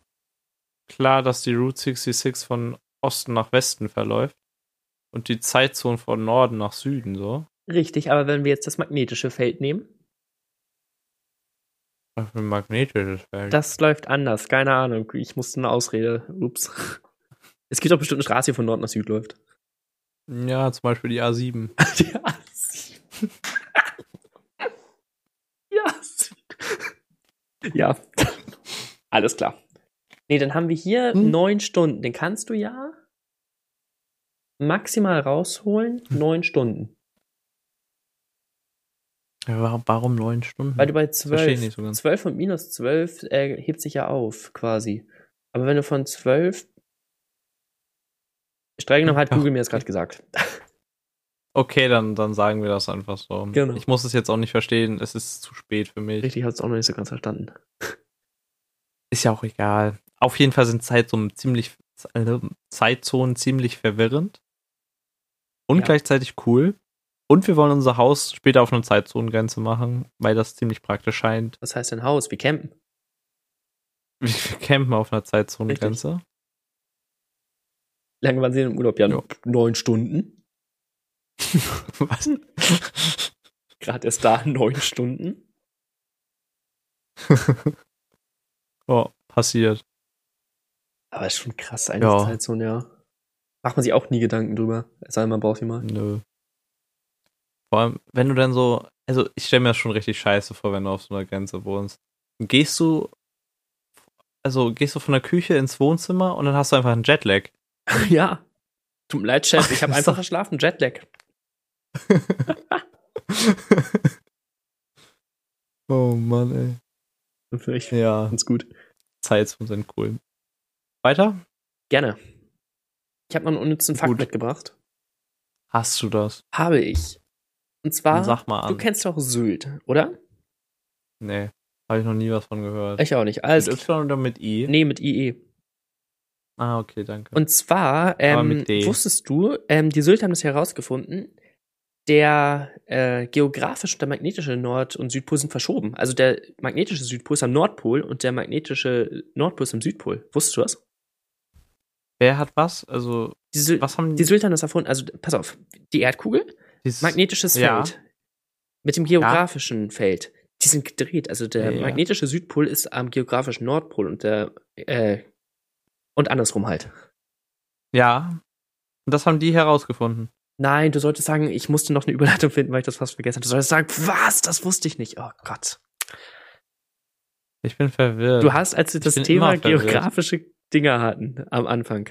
Speaker 2: klar, dass die Route 66 von Osten nach Westen verläuft und die Zeitzone von Norden nach Süden so.
Speaker 1: Richtig, aber wenn wir jetzt das magnetische Feld nehmen,
Speaker 2: Auf dem magnetisches Feld.
Speaker 1: das läuft anders. Keine Ahnung, ich musste eine Ausrede. Ups. Es gibt doch bestimmt eine Straße, die von Nord nach Süd läuft.
Speaker 2: ja, zum Beispiel die A7.
Speaker 1: Die A7. Ja. Ja. Alles klar. Nee, dann haben wir hier
Speaker 2: Hm.
Speaker 1: neun Stunden. Den kannst du ja maximal rausholen,
Speaker 2: Hm.
Speaker 1: neun Stunden.
Speaker 2: Ja, Äh, wa- warum neun Stunden?
Speaker 1: Weil du bei
Speaker 2: verstehe ich
Speaker 1: zwölf,
Speaker 2: nicht so ganz.
Speaker 1: zwölf und minus zwölf äh, hebt sich ja auf, quasi. Aber wenn du von zwölf, streng genommen hat
Speaker 2: Ach,
Speaker 1: Google mir das gerade gesagt.
Speaker 2: Okay, dann, dann sagen wir das einfach so.
Speaker 1: Genau.
Speaker 2: Ich muss es jetzt auch nicht verstehen. Es ist zu spät für mich.
Speaker 1: Richtig, hab's auch noch nicht so ganz verstanden.
Speaker 2: Ist ja auch egal. Auf jeden Fall sind Zeitzonen ziemlich, äh, Zeitzonen ziemlich verwirrend und
Speaker 1: Ja.
Speaker 2: gleichzeitig cool. Und wir wollen unser Haus später auf eine Zeitzonengrenze machen, weil das ziemlich praktisch scheint.
Speaker 1: Was heißt denn Haus? Wir campen.
Speaker 2: Wir campen auf einer Zeitzonengrenze.
Speaker 1: Wie Lange waren sie denn im Urlaub? Ja,
Speaker 2: Ja.
Speaker 1: neun Stunden.
Speaker 2: Was?
Speaker 1: Gerade erst da neun Stunden.
Speaker 2: oh, passiert.
Speaker 1: Aber ist schon krass, eine
Speaker 2: Ja.
Speaker 1: Zeitzone, ja. Macht man sich auch nie Gedanken drüber. Es sei denn, man braucht die mal.
Speaker 2: Nö. Vor allem, wenn du dann so, also ich stelle mir das schon richtig scheiße vor, wenn du auf so einer Grenze wohnst. Gehst du, also gehst du von der Küche ins Wohnzimmer und dann hast du einfach einen Jetlag.
Speaker 1: Ja. Tut mir leid, Chef, ich habe
Speaker 2: Ist
Speaker 1: einfach
Speaker 2: doch-
Speaker 1: verschlafen. Jetlag.
Speaker 2: oh Mann,
Speaker 1: Ich
Speaker 2: ey. Ja,
Speaker 1: fand's gut.
Speaker 2: Zeitzonen sind cool. Weiter?
Speaker 1: Gerne. Ich habe noch einen unnützen Fakt
Speaker 2: Gut.
Speaker 1: mitgebracht.
Speaker 2: Hast du das?
Speaker 1: Habe ich. Und
Speaker 2: Dann
Speaker 1: zwar,
Speaker 2: sag mal
Speaker 1: du
Speaker 2: an.
Speaker 1: kennst doch Sylt, oder?
Speaker 2: nee, habe ich noch nie was von gehört.
Speaker 1: Ich auch nicht.
Speaker 2: mit
Speaker 1: Also,
Speaker 2: Y oder mit I?
Speaker 1: nee, mit E. IE.
Speaker 2: Ah, okay, danke.
Speaker 1: Und zwar,
Speaker 2: Aber
Speaker 1: ähm,
Speaker 2: mit D.
Speaker 1: wusstest du, ähm, die Sylt haben das herausgefunden, der äh, geografische und der magnetische Nord- und Südpol sind verschoben. Also der magnetische Südpol ist am Nordpol und der magnetische Nordpol ist am Südpol. Wusstest du das?
Speaker 2: Wer hat was? Also,
Speaker 1: Die, Syl
Speaker 2: was haben
Speaker 1: die Sylt haben das erfunden. Also, pass auf, die Erdkugel,
Speaker 2: dieses-
Speaker 1: magnetisches
Speaker 2: Ja.
Speaker 1: Feld mit dem geografischen Feld. Die sind gedreht. Also der
Speaker 2: Ja.
Speaker 1: magnetische Südpol ist am geografischen Nordpol und der äh, und andersrum halt.
Speaker 2: Ja. Und das haben die herausgefunden.
Speaker 1: Nein, du solltest sagen, ich musste noch eine Überleitung finden, weil ich das fast vergessen habe. Du solltest sagen, was? Das wusste ich nicht. Oh Gott.
Speaker 2: Ich bin verwirrt.
Speaker 1: Du hast, als wir das
Speaker 2: Ähm, bin
Speaker 1: Thema
Speaker 2: immer verwirrt.
Speaker 1: geografische Dinger hatten am Anfang,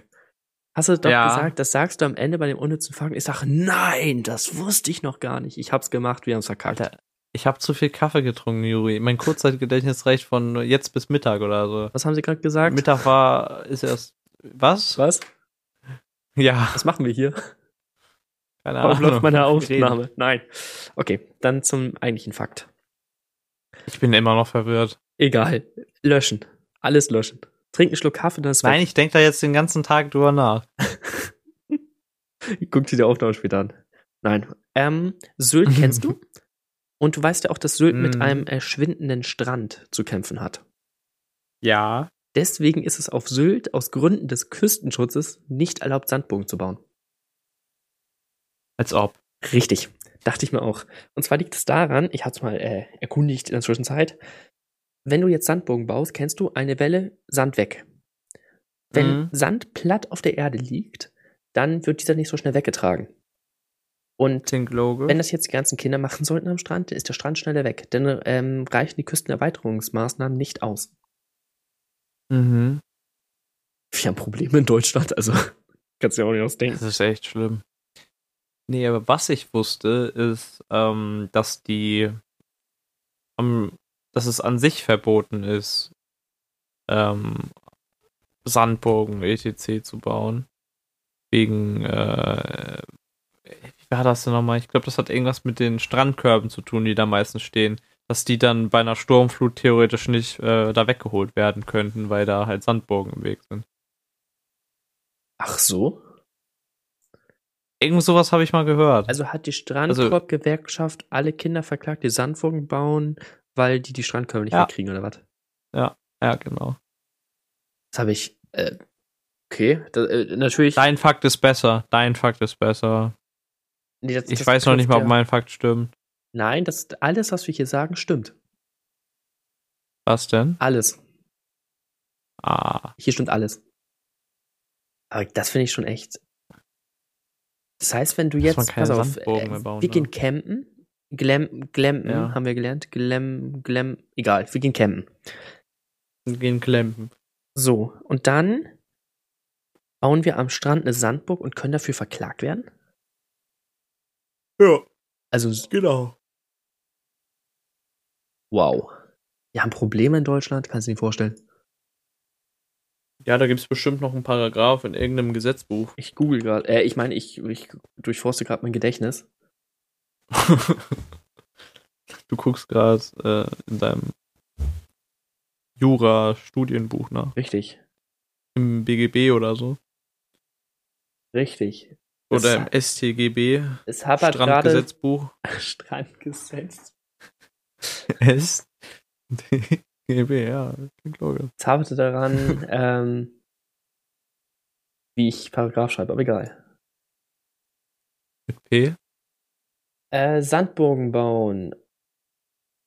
Speaker 1: hast du doch
Speaker 2: Ja.
Speaker 1: gesagt, das sagst du am Ende bei dem unnützen Fakten. Ich sage, nein, das wusste ich noch gar nicht. Ich hab's gemacht, wir haben's verkackt.
Speaker 2: Alter, ich habe zu viel Kaffee getrunken, Juri. Mein Kurzzeitgedächtnis reicht von jetzt bis Mittag oder so.
Speaker 1: Was haben sie gerade gesagt?
Speaker 2: Mittag war, ist erst. Was?
Speaker 1: was?
Speaker 2: Ja,
Speaker 1: Was machen wir hier?
Speaker 2: keine
Speaker 1: Warum läuft meine
Speaker 2: Reden.
Speaker 1: Aufnahme? Nein. Okay, dann zum eigentlichen Fakt.
Speaker 2: Ich bin immer noch verwirrt.
Speaker 1: Egal. Löschen. Alles löschen. Trink einen Schluck Kaffee, dann ist
Speaker 2: Nein,
Speaker 1: weg.
Speaker 2: ich denke da jetzt den ganzen Tag drüber nach.
Speaker 1: Guck dir die Aufnahme später an. Nein. Ähm, Sylt kennst du? Und du weißt ja auch, dass Sylt mit
Speaker 2: Mhm.
Speaker 1: einem äh, schwindenden Strand zu kämpfen hat.
Speaker 2: Ja.
Speaker 1: Deswegen ist es auf Sylt aus Gründen des Küstenschutzes nicht erlaubt, Sandburgen zu bauen.
Speaker 2: Als ob.
Speaker 1: Richtig. Dachte ich mir auch. Und zwar liegt es daran, ich habe es mal äh, erkundigt in der Zwischenzeit, wenn du jetzt Sandburgen baust, kennst du eine Welle Sand weg. Wenn
Speaker 2: Mhm.
Speaker 1: Sand platt auf der Erde liegt, dann wird dieser nicht so schnell weggetragen. Und
Speaker 2: Den Gloge.
Speaker 1: wenn das jetzt die ganzen Kinder machen sollten am Strand, dann ist der Strand schneller weg. Denn ähm, reichen die Küstenerweiterungsmaßnahmen nicht aus.
Speaker 2: mhm.
Speaker 1: Wir haben Probleme in Deutschland, also kannst du ja auch nicht ausdenken.
Speaker 2: Das ist echt schlimm. Nee, aber was ich wusste, ist, ähm, dass die. am- dass es an sich verboten ist, ähm, Sandburgen etc. zu bauen. Wegen. Äh, wie war das denn nochmal? Ich glaube, das hat irgendwas mit den Strandkörben zu tun, die da meistens stehen. Dass die dann bei einer Sturmflut theoretisch nicht äh, da weggeholt werden könnten, weil da halt Sandburgen im Weg sind.
Speaker 1: Ach so?
Speaker 2: Irgend sowas habe ich mal gehört.
Speaker 1: Also hat die Strandkorbgewerkschaft alle Kinder verklagt, die Sandburgen bauen, weil die die Strandkörbe nicht
Speaker 2: Ja.
Speaker 1: wegkriegen oder was?
Speaker 2: ja, genau.
Speaker 1: Das habe ich. Äh, okay, da, äh, natürlich.
Speaker 2: Dein Fakt ist besser. Dein Fakt ist besser.
Speaker 1: nee, das-
Speaker 2: Ich
Speaker 1: das
Speaker 2: weiß noch nicht mal, ob
Speaker 1: trifft ja-
Speaker 2: mein Fakt stimmt.
Speaker 1: Nein, das alles, was wir hier sagen, stimmt.
Speaker 2: Was denn?
Speaker 1: Alles.
Speaker 2: Ah.
Speaker 1: Hier stimmt alles. Aber das finde ich schon echt. Das heißt, wenn du
Speaker 2: Dass
Speaker 1: jetzt,
Speaker 2: man keine
Speaker 1: pass auf,
Speaker 2: Sandburgen
Speaker 1: äh,
Speaker 2: mehr bauen
Speaker 1: wir
Speaker 2: darf.
Speaker 1: gehen campen, glam, glampen,
Speaker 2: Ja.
Speaker 1: haben wir gelernt, glam, glam, egal, wir gehen campen.
Speaker 2: Gehen klempen.
Speaker 1: So, und dann bauen wir am Strand eine Sandburg und können dafür verklagt werden?
Speaker 2: Ja,
Speaker 1: Also,
Speaker 2: genau.
Speaker 1: wow. Wir haben Probleme in Deutschland, kannst du dir vorstellen.
Speaker 2: Ja, da gibt's bestimmt noch einen Paragraph in irgendeinem Gesetzbuch.
Speaker 1: Ich google gerade, äh, ich meine, ich, ich durchforste gerade mein Gedächtnis.
Speaker 2: du guckst gerade äh, in deinem Jura-Studienbuch nach.
Speaker 1: Richtig,
Speaker 2: Im BGB oder so.
Speaker 1: richtig.
Speaker 2: Oder
Speaker 1: Es-
Speaker 2: im STGB.
Speaker 1: Es hapert gerade
Speaker 2: Strandgesetzbuch.
Speaker 1: Strandgesetz.
Speaker 2: STGB, ja. Klingt logisch.
Speaker 1: Es haperte daran, ähm, wie ich Paragraph schreibe, aber egal.
Speaker 2: Mit P.
Speaker 1: Äh, Sandburgen bauen.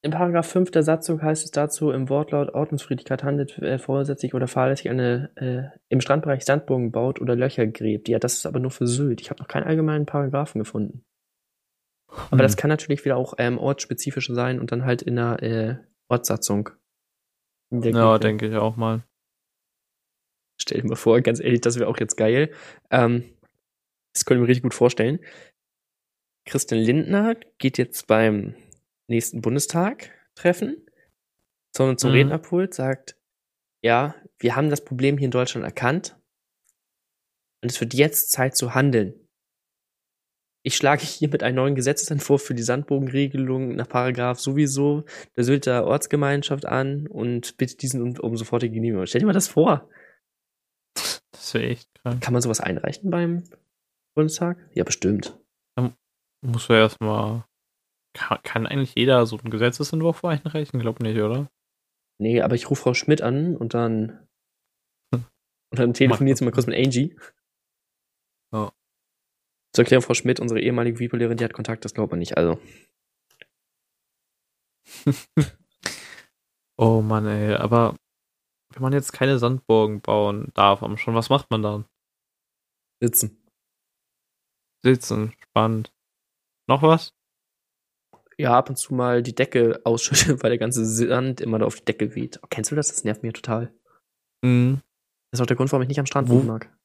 Speaker 1: Im Paragraph 5 der Satzung heißt es dazu, im Wortlaut Ordnungsfriedigkeit handelt äh, vorsätzlich oder fahrlässig eine äh, im Strandbereich Sandburgen baut oder Löcher gräbt. Ja, das ist aber nur für Sylt. Ich habe noch keinen allgemeinen Paragraphen gefunden.
Speaker 2: Hm.
Speaker 1: Aber das kann natürlich wieder auch ähm, ortsspezifisch sein und dann halt in der äh, Ortssatzung.
Speaker 2: Ja, denke ich auch mal.
Speaker 1: Stell dir mal vor, ganz ehrlich, das wäre auch jetzt geil. Ähm, das könnte ich mir richtig gut vorstellen. Christian Lindner geht jetzt beim nächsten Bundestag-Treffen zum, zum
Speaker 2: Mhm.
Speaker 1: Rednerpult, sagt, ja, wir haben das Problem hier in Deutschland erkannt und es wird jetzt Zeit zu handeln. Ich schlage hiermit einen neuen Gesetzentwurf für die Sandbogenregelung nach Paragraph sowieso der Sylter Ortsgemeinschaft an und bitte diesen um, um sofortige Genehmigung. Stell dir mal das vor.
Speaker 2: Das wäre echt krank.
Speaker 1: Kann man sowas einreichen beim Bundestag? Ja, bestimmt.
Speaker 2: Muss ja erstmal. Kann, kann eigentlich jeder so einen Gesetzesentwurf einreichen? Glaub nicht, oder?
Speaker 1: Nee, aber ich rufe Frau Schmidt an und dann. Und dann telefoniert sie mal kurz mit Angie.
Speaker 2: Ja.
Speaker 1: Zur Erklärung, Frau Schmidt, unsere ehemalige Vipolierin, die hat Kontakt, das glaubt man nicht. Also,
Speaker 2: Oh Mann, ey. Aber wenn man jetzt keine Sandburgen bauen darf, am schon, was macht man dann?
Speaker 1: sitzen.
Speaker 2: Sitzen, spannend. Noch was?
Speaker 1: Ja, ab und zu mal die Decke ausschütteln, weil der ganze Sand immer da auf die Decke weht. Oh, Kennst du das? Das nervt mir total.
Speaker 2: Mhm.
Speaker 1: Das ist auch der Grund, warum ich nicht am Strand
Speaker 2: Wo-
Speaker 1: wohnen mag.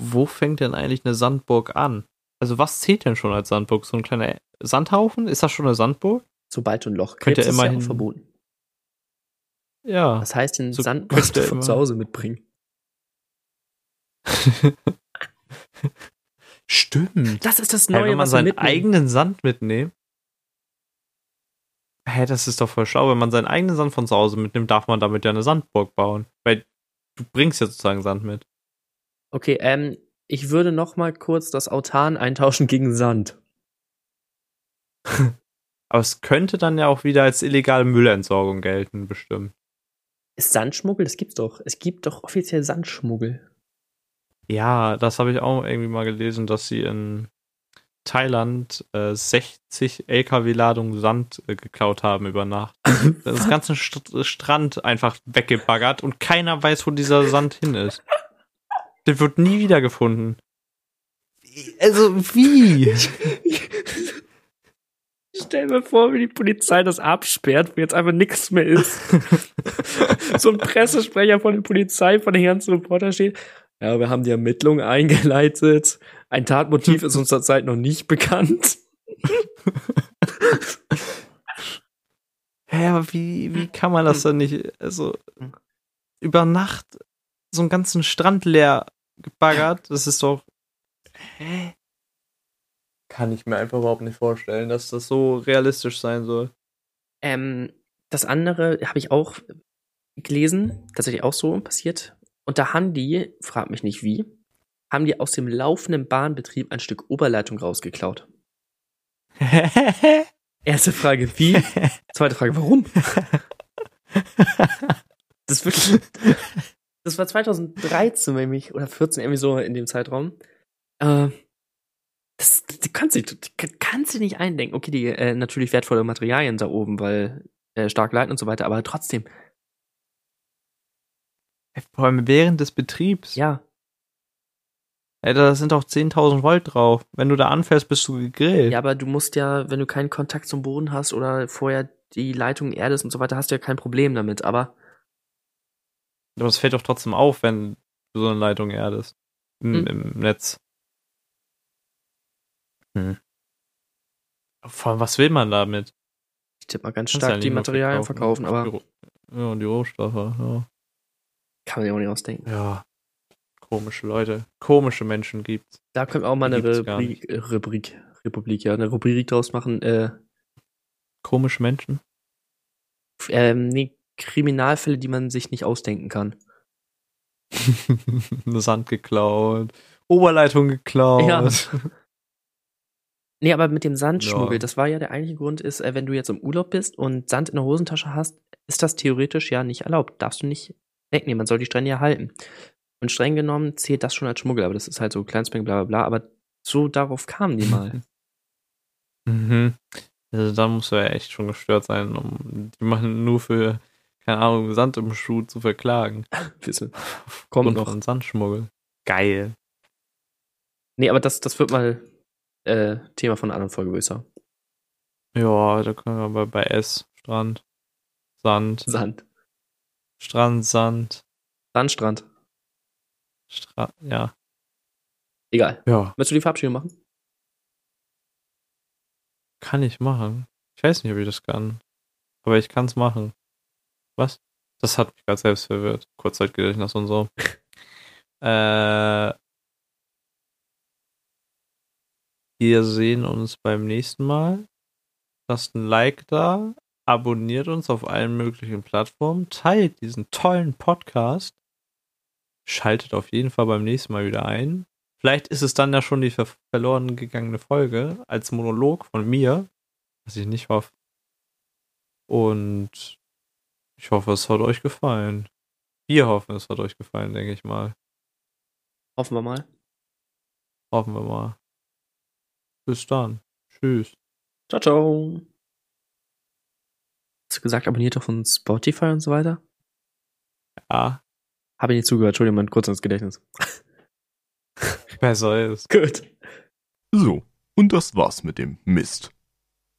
Speaker 2: wo fängt denn eigentlich eine Sandburg an? Also was zählt denn schon als Sandburg? So ein kleiner Sandhaufen? Ist das schon eine Sandburg?
Speaker 1: Sobald du ein Loch
Speaker 2: Könnt ihr
Speaker 1: gräbst, ist ja auch
Speaker 2: immerhin-
Speaker 1: verboten.
Speaker 2: Ja.
Speaker 1: Das heißt, den
Speaker 2: So
Speaker 1: Sand
Speaker 2: könnt
Speaker 1: musst du
Speaker 2: ihr
Speaker 1: von
Speaker 2: immer-
Speaker 1: zu Hause mitbringen.
Speaker 2: Stimmt.
Speaker 1: Das ist das
Speaker 2: Hey,
Speaker 1: Neue,
Speaker 2: Halt, wenn man
Speaker 1: was wir
Speaker 2: seinen
Speaker 1: mitnehmen.
Speaker 2: eigenen Sand mitnimmt. Hä, das ist doch voll schlau. Wenn man seinen eigenen Sand von zu Hause mitnimmt, darf man damit ja eine Sandburg bauen. Weil du bringst ja sozusagen Sand mit.
Speaker 1: Okay, ähm, ich würde noch mal kurz das Autan eintauschen gegen Sand.
Speaker 2: Aber es könnte dann ja auch wieder als illegale Müllentsorgung gelten, bestimmt.
Speaker 1: Ist Sandschmuggel? Das gibt's doch. Es gibt doch offiziell Sandschmuggel.
Speaker 2: Ja, das habe ich auch irgendwie mal gelesen, dass sie in Thailand äh, 60 LKW-Ladungen Sand äh, geklaut haben über Nacht. Das ist ganze St Strand einfach weggebaggert und keiner weiß, wo dieser Sand hin ist. Der wird nie wiedergefunden. Also wie?
Speaker 1: Stell mir vor, wie die Polizei das absperrt, wo jetzt einfach nichts mehr ist. so ein Pressesprecher von der Polizei, von den ganzen Reporter steht. Ja, wir haben die Ermittlungen eingeleitet. Ein Tatmotiv ist uns zurzeit noch nicht bekannt.
Speaker 2: Hä, aber wie, wie kann man das denn nicht? Also über Nacht so einen ganzen Strand leer gebaggert, das ist doch. Hä? Kann ich mir einfach überhaupt nicht vorstellen, dass das so realistisch sein soll.
Speaker 1: Ähm, das andere habe ich auch gelesen, tatsächlich auch so passiert. Und da haben die, frag mich nicht wie, haben die aus dem laufenden Bahnbetrieb ein Stück Oberleitung rausgeklaut. Erste Frage, wie? Zweite Frage, warum? Das ist wirklich. Das war 2013, wenn mich, oder 14, irgendwie so in dem Zeitraum. Äh, das, das kannst du das kannst du nicht eindenken. Okay, die äh, natürlich wertvolle Materialien da oben, weil äh, stark leiten und so weiter, aber trotzdem,
Speaker 2: Vor allem während des Betriebs.
Speaker 1: ja.
Speaker 2: Ey, da sind doch 10.000 Volt drauf. Wenn du da anfährst, bist du gegrillt.
Speaker 1: Ja, aber du musst ja, wenn du keinen Kontakt zum Boden hast oder vorher die Leitung erdest und so weiter, hast du ja kein Problem damit. Aber
Speaker 2: Aber es fällt doch trotzdem auf, wenn du so eine Leitung erdest. Im,
Speaker 1: Hm.
Speaker 2: im Netz. Hm. Vor allem, was will man damit?
Speaker 1: Ich tippe mal ganz
Speaker 2: Kannst
Speaker 1: stark
Speaker 2: ja
Speaker 1: die
Speaker 2: nicht mal
Speaker 1: Materialien verkaufen, aber
Speaker 2: Ja, und die Rohstoffe, ja.
Speaker 1: kann man ja auch nicht ausdenken.
Speaker 2: Ja. Komische Leute. Komische Menschen gibt's.
Speaker 1: Da können wir auch mal eine
Speaker 2: Gibt's gar
Speaker 1: Rubrik, äh, Rubrik, Republik, ja, eine Rubrik draus machen. Äh,
Speaker 2: Komische Menschen?
Speaker 1: f- ähm, nee, Kriminalfälle, die man sich nicht ausdenken kann.
Speaker 2: Sand geklaut. Oberleitung geklaut.
Speaker 1: Ja. Nee, aber mit dem Sandschmuggel,
Speaker 2: Ja.
Speaker 1: das war ja der eigentliche Grund, ist, äh, wenn du jetzt im Urlaub bist und Sand in der Hosentasche hast, ist das theoretisch ja nicht erlaubt. Darfst du nicht wegnehmen, man soll die Strände ja halten. Und streng genommen zählt das schon als Schmuggel, aber das ist halt so Kleinspring, bla bla bla, aber so darauf kamen die mal.
Speaker 2: Mhm. Also da musst du ja echt schon gestört sein, um jemanden nur für, keine Ahnung, Sand im Schuh zu verklagen.
Speaker 1: Wissen. Kommt
Speaker 2: Und
Speaker 1: noch.
Speaker 2: von Sandschmuggel. Geil.
Speaker 1: Nee, aber das, das wird mal äh, Thema von einer anderen Folge, würde ich sagen.
Speaker 2: Ja, da können wir bei, bei S. Strand. Sand.
Speaker 1: Sand.
Speaker 2: Strand, Sand.
Speaker 1: Sandstrand.
Speaker 2: Stra ja.
Speaker 1: Egal.
Speaker 2: Ja.
Speaker 1: Willst du die Verabschiedung machen?
Speaker 2: Kann ich machen. Ich weiß nicht, ob ich das kann. Aber ich kann's machen. Was? Das hat mich gerade selbst verwirrt. Kurzzeitgedächtnis und so. äh, wir sehen uns beim nächsten Mal. Lasst ein Like da. Abonniert uns auf allen möglichen Plattformen. Teilt diesen tollen Podcast. Schaltet auf jeden Fall beim nächsten Mal wieder ein. Vielleicht ist es dann ja schon die ver verloren gegangene Folge als Monolog von mir, was ich nicht hoffe. Und ich hoffe, es hat euch gefallen. Wir hoffen, es hat euch gefallen, denke ich mal.
Speaker 1: Hoffen wir mal.
Speaker 2: Hoffen wir mal. Bis dann. Tschüss.
Speaker 1: Ciao, ciao. Hast du gesagt, abonniert doch von Spotify und so weiter?
Speaker 2: Ja,
Speaker 1: Habe ich nicht zugehört, Entschuldigung, mein kurz ins Gedächtnis.
Speaker 2: besser ist.
Speaker 1: Gut.
Speaker 3: So, und das war's mit dem Mist.